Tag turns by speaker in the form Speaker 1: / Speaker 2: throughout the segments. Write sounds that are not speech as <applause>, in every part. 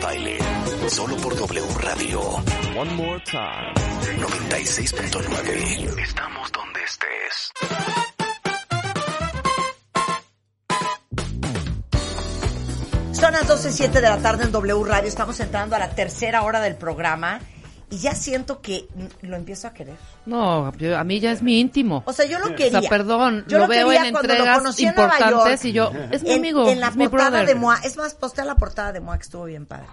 Speaker 1: baile. Solo por W Radio.
Speaker 2: One more time.
Speaker 1: 96.9. Estamos donde estés.
Speaker 3: Son las 12 y 7 de la tarde en W Radio. Estamos entrando a la tercera hora del programa. Y ya siento que mm, lo empiezo a querer.
Speaker 4: No, yo- a mí ya es mi íntimo.
Speaker 3: O sea, yo lo quería.
Speaker 4: O sea, perdón,
Speaker 3: Yo
Speaker 4: lo, veo
Speaker 3: quería
Speaker 4: en
Speaker 3: cuando lo
Speaker 4: entregas
Speaker 3: conocí en Nueva
Speaker 4: importantes
Speaker 3: York.
Speaker 4: y yo, es mi
Speaker 3: en,
Speaker 4: amigo,
Speaker 3: en la
Speaker 4: es mi
Speaker 3: portada
Speaker 4: brother.
Speaker 3: de Moa. Es más, posté la portada de Moa que estuvo bien padre.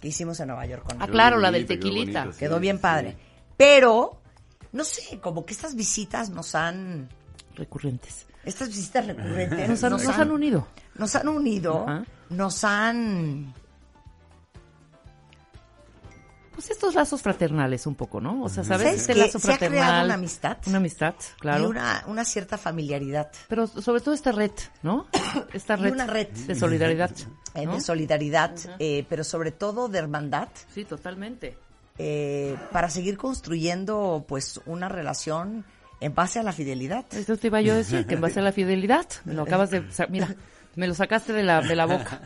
Speaker 3: Que hicimos en Nueva York con
Speaker 4: Ah,
Speaker 3: él.
Speaker 4: claro, la del
Speaker 5: bonito, quedó
Speaker 4: tequilita.
Speaker 5: bonito, sí.
Speaker 3: Quedó bien padre. Pero, no sé, como que estas visitas nos han...
Speaker 4: Recurrentes.
Speaker 3: Estas visitas recurrentes
Speaker 4: Nos han, nos han unido.
Speaker 3: nos han unido,
Speaker 4: Ajá.
Speaker 3: nos han...
Speaker 4: Pues estos lazos fraternales un poco, ¿no? O sea, ¿sabes?
Speaker 3: ¿Sabes
Speaker 4: este
Speaker 3: qué?
Speaker 4: lazo
Speaker 3: Se ha creado
Speaker 4: fraternal.
Speaker 3: una amistad.
Speaker 4: Una amistad, claro.
Speaker 3: Y una, una cierta familiaridad,
Speaker 4: Pero sobre todo esta red,
Speaker 3: <coughs>
Speaker 4: ¿no? Esta
Speaker 3: Y
Speaker 4: red.
Speaker 3: una red.
Speaker 4: De solidaridad.
Speaker 3: eh,
Speaker 4: ¿no?
Speaker 3: de solidaridad, eh, pero sobre todo de hermandad,
Speaker 4: Sí, totalmente.
Speaker 3: eh, para seguir construyendo pues una relación en base a la fidelidad.
Speaker 4: Esto te iba yo a decir, que en base a la fidelidad, me lo acabas de... sa- Mira, me lo sacaste de la, de la
Speaker 3: <laughs>
Speaker 4: boca.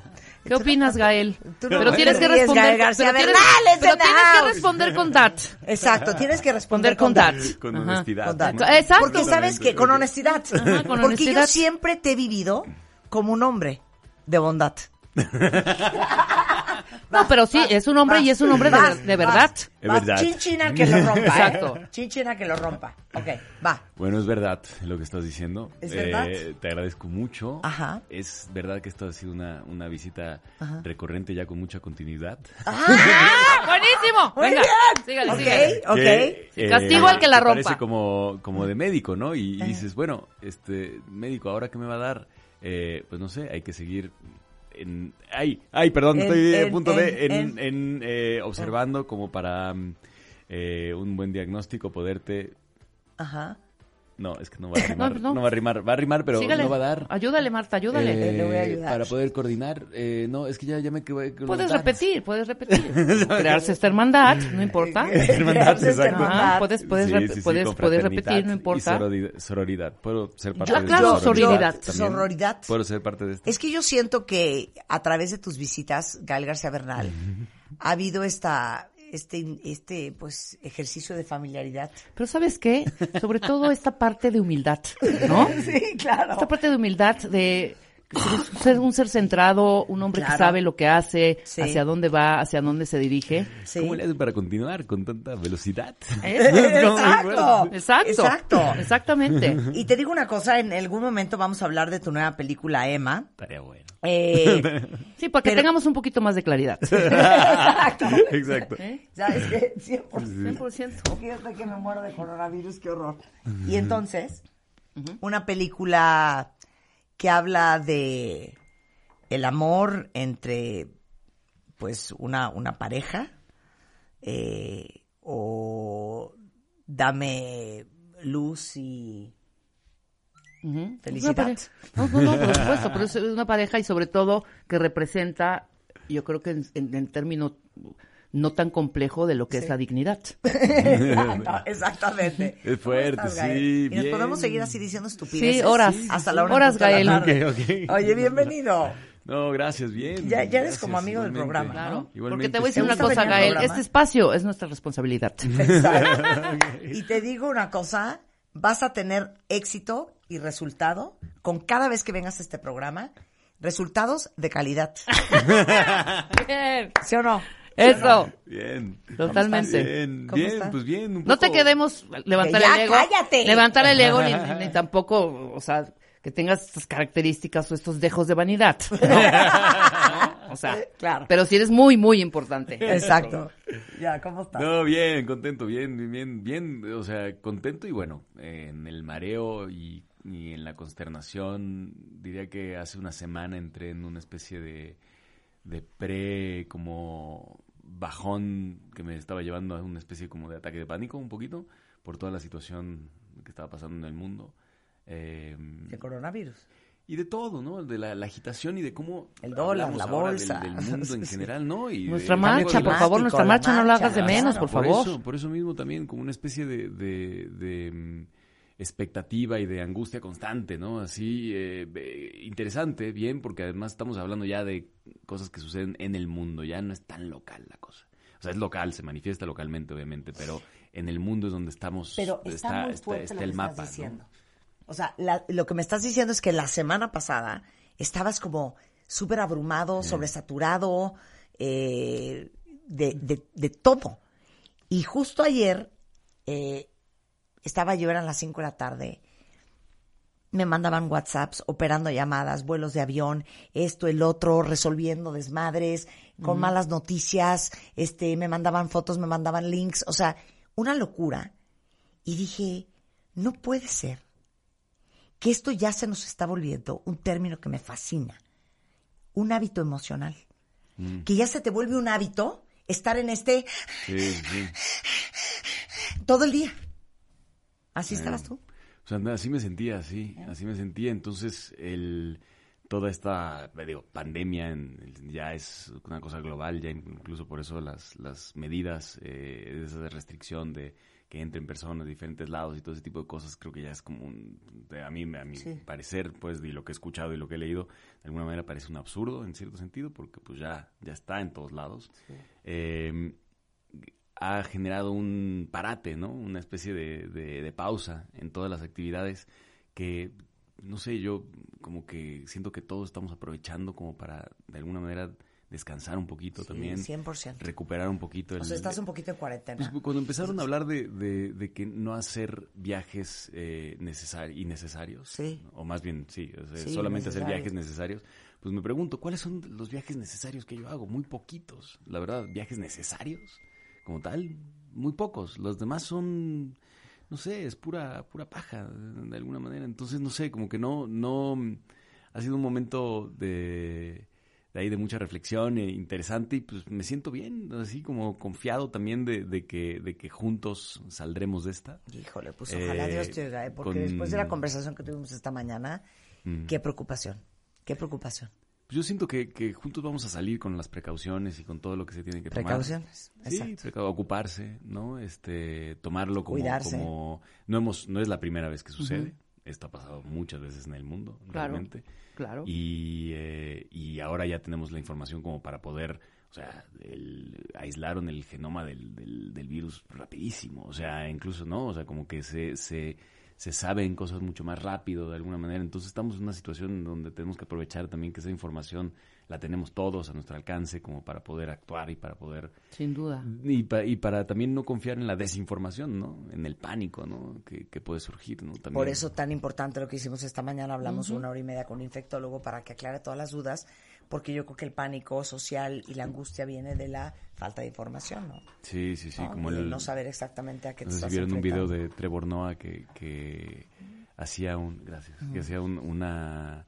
Speaker 4: ¿Qué opinas, Gael?
Speaker 3: Tú no
Speaker 4: pero
Speaker 3: me
Speaker 4: tienes que
Speaker 3: ríes,
Speaker 4: responder...
Speaker 3: Gael García
Speaker 4: pero tienes,
Speaker 3: Bernal, es
Speaker 4: pero
Speaker 3: en
Speaker 4: tienes
Speaker 3: the
Speaker 4: que
Speaker 3: house.
Speaker 4: responder con dat. <laughs>
Speaker 3: Exacto, tienes que responder
Speaker 4: Responder con dat.
Speaker 5: Con
Speaker 4: Ajá.
Speaker 5: honestidad.
Speaker 3: Con dat.
Speaker 5: ¿no?
Speaker 4: Exacto.
Speaker 3: Porque sabes que con honestidad,
Speaker 4: Ajá, con
Speaker 3: porque yo
Speaker 4: honestidad.
Speaker 3: siempre te he vivido como un hombre de bondad.
Speaker 4: No, pero sí, es un hombre y es un hombre de,
Speaker 3: Vas,
Speaker 4: de
Speaker 3: vas,
Speaker 4: verdad.
Speaker 5: Es
Speaker 3: vas.
Speaker 5: verdad.
Speaker 3: Chinchina que lo rompa. Exacto.
Speaker 4: Exacto.
Speaker 3: Chinchina que lo rompa. Ok, va.
Speaker 4: <laughs>
Speaker 5: Bueno, es verdad lo que estás diciendo. Eh,
Speaker 3: Es verdad.
Speaker 5: Te agradezco mucho.
Speaker 3: Ajá.
Speaker 5: Es verdad que esta ha sido una, una visita recurrente ya con mucha continuidad.
Speaker 4: ¡Ah! <laughs> ¡Buenísimo!
Speaker 3: Muy
Speaker 4: Venga,
Speaker 3: bien.
Speaker 4: sígale,
Speaker 3: ok,
Speaker 4: sígale.
Speaker 3: ok.
Speaker 5: Que, eh,
Speaker 4: Sí, castigo al que la
Speaker 5: te
Speaker 4: rompa.
Speaker 5: Parece como, como de médico, ¿no? Y, y dices, bueno, este médico, ¿ahora qué me va a dar? Eh, pues no sé, hay que seguir... En, ay, ay, perdón,
Speaker 3: En-
Speaker 5: estoy
Speaker 3: en-
Speaker 5: a punto de...
Speaker 3: en-
Speaker 5: En, en, eh, observando como para mm, eh, un buen diagnóstico, poderte...
Speaker 3: Ajá.
Speaker 5: No, es que no va a rimar.
Speaker 4: pues
Speaker 5: no,
Speaker 4: <laughs> no.
Speaker 5: va a rimar, va a rimar, pero
Speaker 4: Sígale.
Speaker 5: no va a dar.
Speaker 4: Ayúdale, Marta, ayúdale.
Speaker 5: Eh,
Speaker 3: Le voy a ayudar.
Speaker 5: Para poder coordinar. eh, no, es que ya, ya me quedé con
Speaker 4: puedes
Speaker 5: los-
Speaker 4: repetir, puedes repetir. Crearse esta hermandad, no importa.
Speaker 5: <laughs>
Speaker 4: <laughs>
Speaker 5: Hermandad,
Speaker 3: Crearse esta
Speaker 5: exacto.
Speaker 3: hermandad.
Speaker 4: Ajá, Ah, puedes, puedes,
Speaker 5: Sí,
Speaker 4: rep-
Speaker 5: sí, sí,
Speaker 4: puedes,
Speaker 5: con
Speaker 4: puedes
Speaker 5: fraternidad
Speaker 4: repetir, no
Speaker 5: y
Speaker 4: importa.
Speaker 5: sororida- sororidad. Puedo ser parte
Speaker 4: Ah,
Speaker 5: de
Speaker 4: claro,
Speaker 5: sororidad.
Speaker 4: sororidad.
Speaker 5: también?
Speaker 3: Sororidad.
Speaker 5: Puedo ser parte de esto.
Speaker 3: Es que yo siento que a través de tus visitas, Gael García Bernal, ha habido esta, este, este pues, ejercicio de familiaridad.
Speaker 4: Pero ¿sabes qué? Sobre todo esta parte de humildad,
Speaker 5: <laughs>
Speaker 4: ¿no?
Speaker 3: <laughs> Sí, claro.
Speaker 4: Esta parte de humildad de ser un ser centrado, un hombre
Speaker 3: Claro.
Speaker 4: que sabe lo que hace,
Speaker 3: Sí.
Speaker 4: hacia dónde va, hacia dónde se dirige.
Speaker 3: Sí.
Speaker 5: ¿Cómo le haces para continuar con tanta
Speaker 3: <laughs>
Speaker 5: velocidad?
Speaker 3: Eh, Exacto.
Speaker 4: Exacto.
Speaker 3: Exacto.
Speaker 4: Exactamente.
Speaker 3: Y te digo una cosa, en algún momento vamos a hablar de tu nueva película, <laughs> Emma.
Speaker 5: Estaría bueno.
Speaker 3: Eh,
Speaker 4: Sí, para que
Speaker 3: Pero-
Speaker 4: tengamos un poquito más de claridad.
Speaker 3: <laughs> exacto.
Speaker 5: Exacto.
Speaker 4: ¿Eh?
Speaker 3: ¿Sabes qué? 100%.
Speaker 4: 100%.
Speaker 3: Fíjate que me muero de coronavirus, qué horror. Y entonces, una película que habla de el amor entre, pues, una, una pareja, eh, o dame luz y...
Speaker 5: <laughs>
Speaker 4: Ujú.
Speaker 3: Felicidad.
Speaker 4: Una pareja. No, no, no, por supuesto, pero es una pareja y sobre todo que representa, yo creo que en, en- en términos no tan complejo de lo que es la dignidad.
Speaker 3: Exacto, Ah, exactamente.
Speaker 5: <laughs> Es fuerte,
Speaker 3: ¿Cómo Gael?
Speaker 5: sí,
Speaker 3: Y nos
Speaker 5: bien.
Speaker 3: podemos seguir así diciendo estupideces.
Speaker 4: Sí, horas.
Speaker 3: Hasta la hora.
Speaker 4: Horas,
Speaker 3: en punto de la
Speaker 4: Gael.
Speaker 3: tarde.
Speaker 5: Ok, ok. <laughs>
Speaker 3: Oye, bienvenido.
Speaker 5: No, gracias, bien.
Speaker 3: Ya- ya eres
Speaker 5: Gracias,
Speaker 3: como amigo del
Speaker 5: igualmente.
Speaker 3: programa, ¿no?
Speaker 4: Claro. Porque
Speaker 5: Igualmente,
Speaker 4: te voy a decir
Speaker 3: ¿Te
Speaker 4: una
Speaker 3: gusta
Speaker 4: cosa,
Speaker 3: venir al
Speaker 4: Gael.
Speaker 3: programa?
Speaker 4: Este espacio es nuestra responsabilidad.
Speaker 3: Exacto. y te digo una cosa, vas a tener éxito y resultado con cada vez que vengas a este programa, resultados de calidad. ¿Sí o no?
Speaker 4: Eso.
Speaker 5: Bien.
Speaker 4: Totalmente.
Speaker 5: Bien,
Speaker 3: ¿Cómo
Speaker 5: bien,
Speaker 3: estás?
Speaker 5: pues bien. un
Speaker 4: No te
Speaker 5: poco-
Speaker 4: quedemos levantar
Speaker 3: Que ya
Speaker 4: el ego.
Speaker 3: cállate.
Speaker 4: Levantar el ego ni, ni- ni tampoco, o sea, que tengas estas características o estos dejos de vanidad. ¿no? ¿No? O sea,
Speaker 3: Claro.
Speaker 4: pero sí eres muy, muy importante. Eh,
Speaker 3: Exacto. Ya, ¿cómo estás?
Speaker 5: No, bien, contento, bien, bien, bien, bien, o sea, contento y bueno, eh, en el mareo y, y en la consternación, diría que hace una semana entré en una especie de, de pre, como bajón que me estaba llevando a una especie como de ataque de pánico un poquito por toda la situación que estaba pasando en el mundo. Eh,
Speaker 3: De coronavirus.
Speaker 5: y de todo, ¿no? De la, la agitación y de cómo...
Speaker 3: El dólar,
Speaker 5: hablamos
Speaker 3: la
Speaker 5: ahora del-
Speaker 3: bolsa.
Speaker 5: Del, mundo
Speaker 3: <laughs>
Speaker 5: en general, ¿no? Y de-
Speaker 4: Nuestra
Speaker 5: de-
Speaker 4: marcha, por favor, nuestra
Speaker 3: la
Speaker 4: marcha no la
Speaker 3: marcha,
Speaker 4: hagas de
Speaker 3: claro.
Speaker 4: menos, por
Speaker 5: Ah, por
Speaker 4: favor.
Speaker 5: Eso, por eso mismo también, como una especie de, de, de, mm, expectativa y de angustia constante, ¿no? Así, eh, eh, interesante, bien, porque además estamos hablando ya de cosas que suceden en el mundo, ya no es tan local la cosa. O sea, es local, se manifiesta localmente, obviamente, pero en el mundo es donde estamos,
Speaker 3: Pero está, muy fuerte
Speaker 5: está este,
Speaker 3: lo
Speaker 5: el
Speaker 3: que
Speaker 5: mapa,
Speaker 3: estás
Speaker 5: ¿no?
Speaker 3: diciendo. O sea, la- lo que me estás diciendo es que la semana pasada estabas como súper abrumado, sobresaturado eh, de, de- de todo. Y justo ayer, eh, estaba yo, eran las 5 de la tarde, me mandaban WhatsApps, operando llamadas, vuelos de avión, esto, el otro, resolviendo desmadres, con malas noticias, este, me mandaban fotos, me mandaban links, o sea, una locura. Y dije, no puede ser que esto ya se nos está volviendo un término que me fascina, un hábito emocional.
Speaker 5: Mm.
Speaker 3: Que ya se te vuelve un hábito estar en este
Speaker 5: Sí, sí.
Speaker 3: todo el día. Así estarás tú.
Speaker 5: O sea, así me sentía, sí, así me sentía. Entonces, el, toda esta, eh, digo, pandemia en- el- ya es una cosa global, ya incluso por eso las, las medidas, eh, esa de restricción de que entren personas de diferentes lados y todo ese tipo de cosas, creo que ya es como un, de- a mí, a mi parecer, pues, de lo que he escuchado y lo que he leído, de alguna manera parece un absurdo en cierto sentido, porque pues ya, ya está en todos lados. Eh, ha generado un parate, ¿no? Una especie de, de- de pausa en todas las actividades que, no sé, yo como que siento que todos estamos aprovechando como para, de alguna manera, descansar un poquito también,
Speaker 3: 100%.
Speaker 5: recuperar un poquito. El,
Speaker 3: O sea, estás un poquito en cuarentena.
Speaker 5: Pues, cuando empezaron a hablar de, de- de que no hacer viajes eh, necesar- innecesarios,
Speaker 3: Sí.
Speaker 5: o más bien, sí, o sea,
Speaker 3: Sí,
Speaker 5: solamente hacer viajes
Speaker 3: necesarios.
Speaker 5: necesarios, pues me pregunto, ¿cuáles son los viajes necesarios que yo hago? Muy poquitos, la verdad, viajes necesarios, como tal, muy pocos. Los demás son, no sé, es pura, pura paja, de alguna manera. Entonces, no sé, como que no, no, ha sido un momento de... de ahí de mucha reflexión e interesante y pues me siento bien, así como confiado también de, de que, de que juntos saldremos de esta.
Speaker 3: Híjole, pues ojalá
Speaker 5: Eh,
Speaker 3: Dios te oiga, ¿eh? porque
Speaker 5: con- Mm.
Speaker 3: después de la conversación que tuvimos esta mañana, qué preocupación, qué preocupación.
Speaker 5: Pues yo siento que, que juntos vamos a salir con las precauciones y con todo lo que se tiene que tomar.
Speaker 3: Precauciones,
Speaker 5: Sí,
Speaker 3: exacto.
Speaker 5: preca- ocuparse, ¿no? Este, tomarlo como,
Speaker 3: Cuidarse.
Speaker 5: como no hemos, no es la primera vez que sucede. Esto ha pasado muchas veces en el mundo,
Speaker 4: Claro,
Speaker 5: realmente.
Speaker 4: claro.
Speaker 5: Y, eh, y ahora ya tenemos la información como para poder, o sea, el- aislaron el genoma del, del- del virus rapidísimo. O sea, incluso, ¿no? O sea, como que se, se, se saben cosas mucho más rápido de alguna manera. Entonces estamos en una situación donde tenemos que aprovechar también que esa información la tenemos todos a nuestro alcance como para poder actuar y para poder
Speaker 4: Sin duda.
Speaker 5: y, pa- y para también no confiar en la desinformación, ¿no? En el pánico, ¿no? Que, que puede surgir, ¿no? También.
Speaker 3: Por eso tan importante lo que hicimos esta mañana, hablamos una hora y media con un infectólogo para que aclare todas las dudas, porque yo creo que el pánico social y la angustia viene de la falta de información, ¿no?
Speaker 5: Sí, sí, sí.
Speaker 3: ¿No?
Speaker 5: como
Speaker 3: Y
Speaker 5: el,
Speaker 3: no saber exactamente a qué
Speaker 5: no
Speaker 3: te
Speaker 5: sé si
Speaker 3: estás
Speaker 5: vieron un video
Speaker 3: enfrentando.
Speaker 5: de Trevor Noah que, que hacía un... Gracias. Que hacía un- una...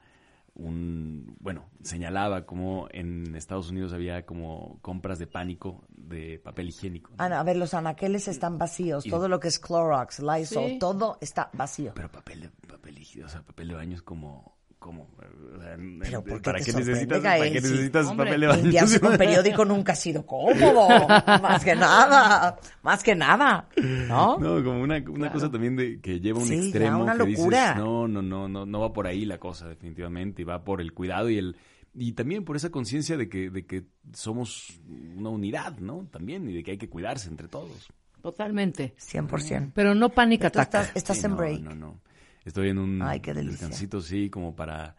Speaker 5: Un, bueno, señalaba como en Estados Unidos había como compras de pánico de papel higiénico. ¿no?
Speaker 3: Ana, a ver, los anaqueles están vacíos,
Speaker 5: Y-
Speaker 3: todo lo que es Clorox, Lysol,
Speaker 4: Sí.
Speaker 3: todo está
Speaker 5: <laughs>
Speaker 3: vacío.
Speaker 5: Pero papel de, papel, higi- o sea, papel de baño es como... como o sea,
Speaker 3: Pero ¿por qué
Speaker 5: ¿Para
Speaker 3: te
Speaker 5: qué
Speaker 3: sorprende,
Speaker 5: necesitas,
Speaker 3: Gael?
Speaker 5: ¿para qué
Speaker 3: Sí.
Speaker 5: necesitas
Speaker 4: Hombre,
Speaker 5: papel de baño? <laughs>
Speaker 3: Limpiarse con periódico nunca ha sido cómodo, más que nada, más que nada,
Speaker 5: <laughs>
Speaker 3: ¿no?
Speaker 5: No, como una, una cosa también de, que lleva a un
Speaker 3: Sí, ya,
Speaker 5: extremo.
Speaker 3: una
Speaker 5: que dices,
Speaker 3: locura.
Speaker 5: no, no, no, no, no va por ahí la cosa, definitivamente. Y va por el cuidado y el. Y también por esa conciencia de que, de que somos una unidad, ¿no? También, y de que hay que cuidarse entre todos.
Speaker 4: Totalmente.
Speaker 3: 100%.
Speaker 4: Pero no pánica
Speaker 3: Tú
Speaker 4: ataca.
Speaker 3: estás, estás
Speaker 5: Sí,
Speaker 3: en
Speaker 5: no,
Speaker 3: break.
Speaker 5: No, no. Estoy en un
Speaker 3: Ay, qué delicia.
Speaker 5: descansito, sí, como para,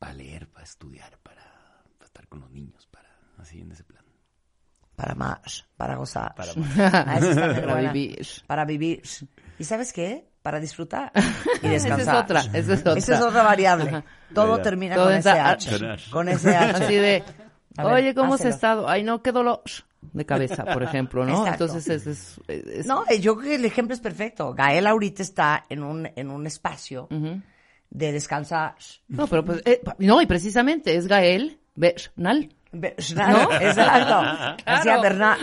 Speaker 5: para leer, para estudiar, para, para estar con los niños, para así en ese plan.
Speaker 3: Para más, para gozar. <laughs>
Speaker 5: Para
Speaker 3: Ah, esa está muy
Speaker 4: Para
Speaker 3: buena.
Speaker 4: vivir.
Speaker 3: Para vivir. ¿Y sabes qué? Para
Speaker 4: <laughs>
Speaker 3: disfrutar y
Speaker 4: Esa
Speaker 3: descansar.
Speaker 4: es otra, esa es otra.
Speaker 3: Esa es otra variable. Todo
Speaker 5: Ya.
Speaker 3: termina
Speaker 4: Todo
Speaker 3: con ese
Speaker 4: entra-
Speaker 3: H. Con ese
Speaker 4: Así
Speaker 3: H.
Speaker 4: de,
Speaker 3: A ver,
Speaker 4: oye, ¿cómo has
Speaker 3: hácelo.
Speaker 4: estado? Ay, no, qué dolor de cabeza, por ejemplo, ¿no?
Speaker 3: Exacto.
Speaker 4: Entonces, es, es- es-
Speaker 3: No, eh, yo creo que el ejemplo es perfecto. Gael ahorita está en un, en un espacio de descansar.
Speaker 4: no, pero pues, eh, pa- no, y precisamente es Gael Bernal.
Speaker 3: Bernal,
Speaker 4: ¿No? <laughs>
Speaker 3: exacto. Así a
Speaker 4: Claro. <laughs>
Speaker 3: Bernal.